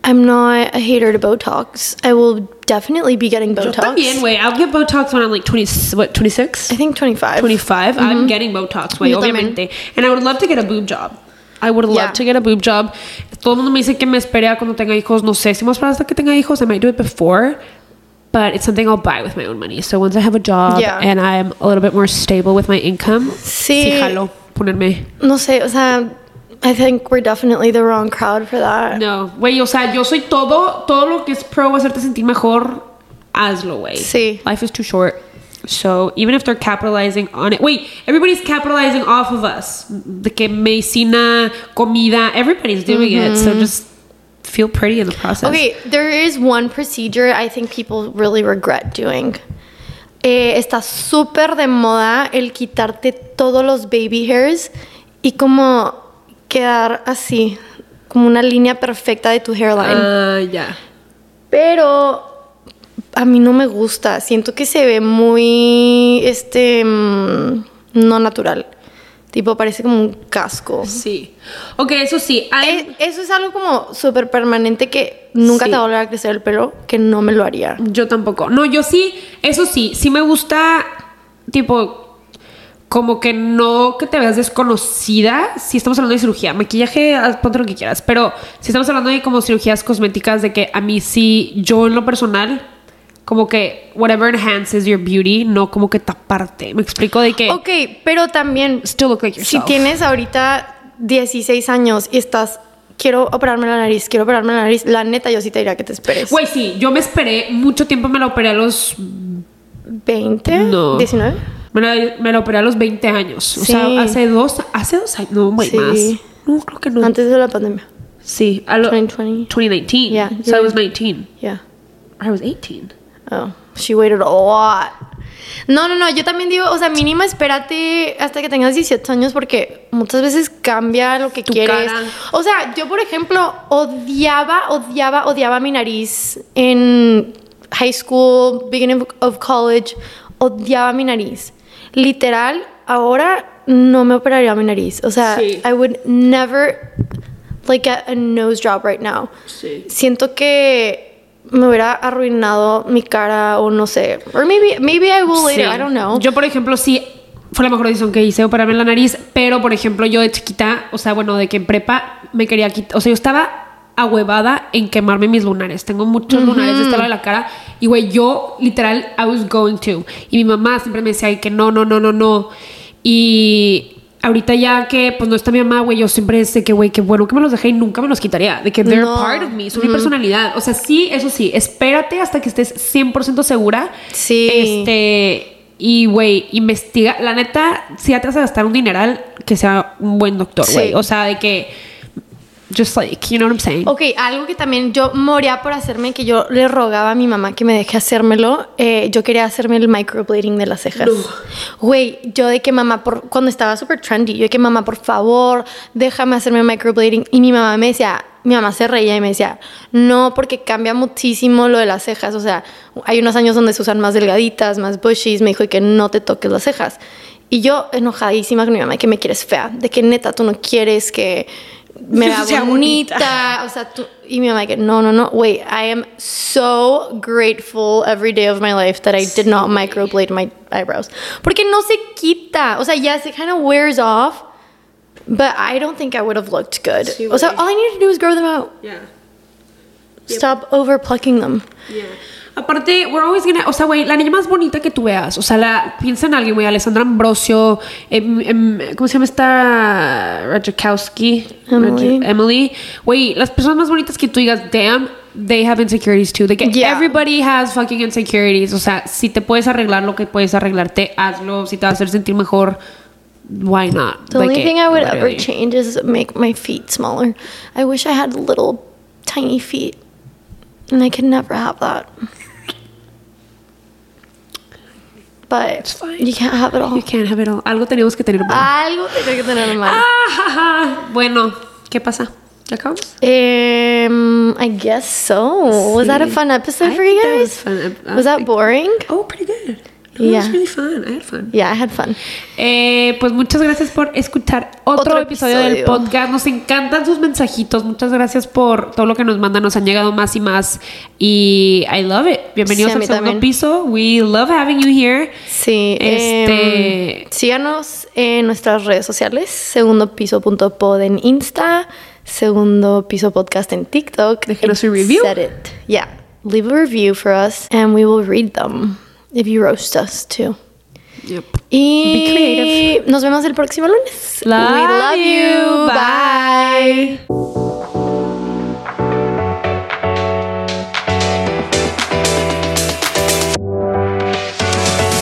C: I'm not a hater to Botox. I will definitely be getting Botox.
A: Yo también, güey. I'll get Botox when I'm like 20, what, 26?
C: I think 25.
A: 25. I'm getting Botox, güey,
C: Mm-hmm. Yo también.
A: obviamente. And I would love to get a boob job. I would love
C: Yeah.
A: to get a boob job. Todo el mundo me dice que me espere a cuando tenga hijos. No sé si me espero hasta que tenga hijos. I might do it before. But it's something I'll buy with my own money. So once I have a job
C: Yeah.
A: and I'm a little bit more stable with my income, sí
C: Sí.
A: jalo ponerme
C: No sé, o sea, I think we're definitely the wrong crowd for that.
A: No, güey, o sea, yo soy todo, todo lo que es pro hacerte sentir mejor, hazlo, güey.
C: Sí.
A: Life is too short. So, even if they're capitalizing on it, wait, everybody's capitalizing off of us. The que medicina, comida, everybody's doing it. So just feel pretty in the process.
C: Mm-hmm. Okay, there is one procedure I think people really regret doing. Eh, está súper de moda el quitarte todos los baby hairs y como quedar así, como una línea perfecta de tu hairline.
A: Uh, yeah.
C: Pero a mí no me gusta, siento que se ve muy, este, mm, no natural. Tipo, parece como un casco.
A: Sí. Okay, eso sí. I,
C: Eh, Eso es algo como súper permanente que nunca
A: Sí.
C: te va a volver a crecer el pelo, que no me lo haría.
A: Yo tampoco. No, yo sí, eso sí, sí me gusta, tipo, como que no que te veas desconocida. Si estamos hablando de cirugía, maquillaje, haz- ponte lo que quieras. Pero si estamos hablando de como cirugías cosméticas, de que a mí sí, yo en lo personal, como que whatever enhances your beauty, no como que taparte. Me explico de que
C: Ok, pero también,
A: still look like
C: si
A: yourself.
C: tienes ahorita 16 años y estás, quiero operarme la nariz, quiero operarme la nariz, la neta yo sí te diría que te esperes.
A: Güey, sí, yo me esperé mucho tiempo, me la operé a los
C: ¿20?
A: No.
C: 19?
A: Me la, me la operé a los 20 años. O
C: Sí.
A: sea, hace dos, hace dos años. No, güey,
C: Sí.
A: más. No, creo que no.
C: Antes de la pandemia.
A: Sí, a lo-
C: 2020.
A: 2019.
C: Yeah.
A: So I was 19.
C: Yeah.
A: I was 18.
C: Oh, she waited a lot. No, no, no, yo también digo, o sea, mínima espérate hasta que tengas 18 años porque muchas veces cambia lo que
A: Tu
C: quieres.
A: cara.
C: O sea, yo por ejemplo odiaba, odiaba, odiaba mi nariz en high school, beginning of college, odiaba mi nariz. Literal, ahora no me operaría mi nariz. O sea,
A: Sí.
C: I would never like get a nose job right now.
A: Sí.
C: Siento que me hubiera arruinado mi cara o no sé. Or maybe maybe I will later,
A: Sí.
C: I don't know.
A: Yo, por ejemplo, sí fue la mejor decisión que hice operarme la nariz, pero por ejemplo, yo de chiquita, o sea, bueno, de que en prepa me quería quitar, o sea, yo estaba ahuevada en quemarme mis lunares. Tengo muchos lunares de este lado de la cara y güey, yo literal I was going to y mi mamá siempre me decía "Ay, que no, no, no, no, no. Y ahorita ya que pues no está mi mamá, güey, yo siempre sé que güey, qué bueno que me los dejé y nunca me los quitaría, de que they're
C: No.
A: part of me, son mi personalidad. O sea, sí, eso sí, espérate hasta que estés 100% segura
C: Sí.
A: este, y, güey, investiga. La neta, si ya te vas a gastar un dineral, que sea un buen doctor,
C: Sí.
A: güey. O sea, de que. Just like, you know what I'm saying?
C: Ok, algo que también yo moría por hacerme, que yo le rogaba a mi mamá que me deje hacérmelo, eh, yo quería hacerme el microblading de las cejas. Güey, yo de que mamá, por, cuando estaba súper trendy, yo de que mamá, por favor, déjame hacerme el microblading. Y mi mamá me decía, mi mamá se reía y me decía, no, porque cambia muchísimo lo de las cejas. O sea, hay unos años donde se usan más delgaditas, más bushies, me dijo de que no te toques las cejas. Y yo enojadísima con mi mamá, de que me quieres fea, de que neta tú no quieres que me
A: Yo
C: vea
A: sea bonita.
C: bonita, o sea, tú, y mi mamá que no, no, no, wait, I am so grateful every day of my life that I did not microblade my eyebrows. Porque no se quita, o sea, yes, it kind of wears off, but I don't think I would have looked good.
A: Sí,
C: o sea,
A: güey.
C: all I need to do is grow them out. Stop over plucking them.
A: Aparte, we're always gonna. O sea, güey, la niña más bonita que tú veas. O sea, la, piensa en alguien, güey. Alessandra Ambrosio. em- em- ¿Cómo se llama esta? Rajakowski.
C: Emily.
A: Raj- Emily. Güey, las personas más bonitas que tú digas, damn, they have insecurities too. De que
C: Yeah.
A: everybody has fucking insecurities. O sea, si te puedes arreglar lo que puedes arreglarte, hazlo. Si te va a hacer sentir mejor, why not?
C: The
A: De
C: only
A: que,
C: thing I would ever
A: literally.
C: change is make my feet smaller. I wish I had little tiny feet, and I could never have that. But
A: It's fine.
C: you can't have it all.
A: You can't have it all. Algo tenemos que tener. mal.
C: Algo tengo que tener en mano.
A: Ah, ja, ja. Bueno, ¿qué pasa? ¿Ya acabamos?
C: Um, I guess so. Was that a fun episode
A: I
C: for you
A: think that was
C: guys?
A: fun. I- I
C: Was that
A: think-
C: boring?
A: Oh, pretty good. No, It was
C: Yeah.
A: really fun. I had fun.
C: Yeah, I had fun.
A: Eh, pues muchas gracias por escuchar otro,
C: Otro
A: episodio, del
C: episodio.
A: podcast. Nos encantan sus mensajitos. Muchas gracias por todo lo que nos mandan. Nos han llegado más y más. Y I love it. Bienvenidos
C: Sí, a
A: al
C: mí
A: segundo
C: también.
A: piso. We love having you here.
C: Sí,
A: Este-
C: em, síganos en nuestras redes sociales, segundo piso.pod en Insta, segundo piso podcast en TikTok.
A: Déjenos un review.
C: Said it. Yeah, leave a review for us and we will read them if you roast us too.
A: Yep.
C: Y
A: creative.
C: nos vemos el próximo lunes.
A: Love
C: We love you.
A: you.
C: Bye.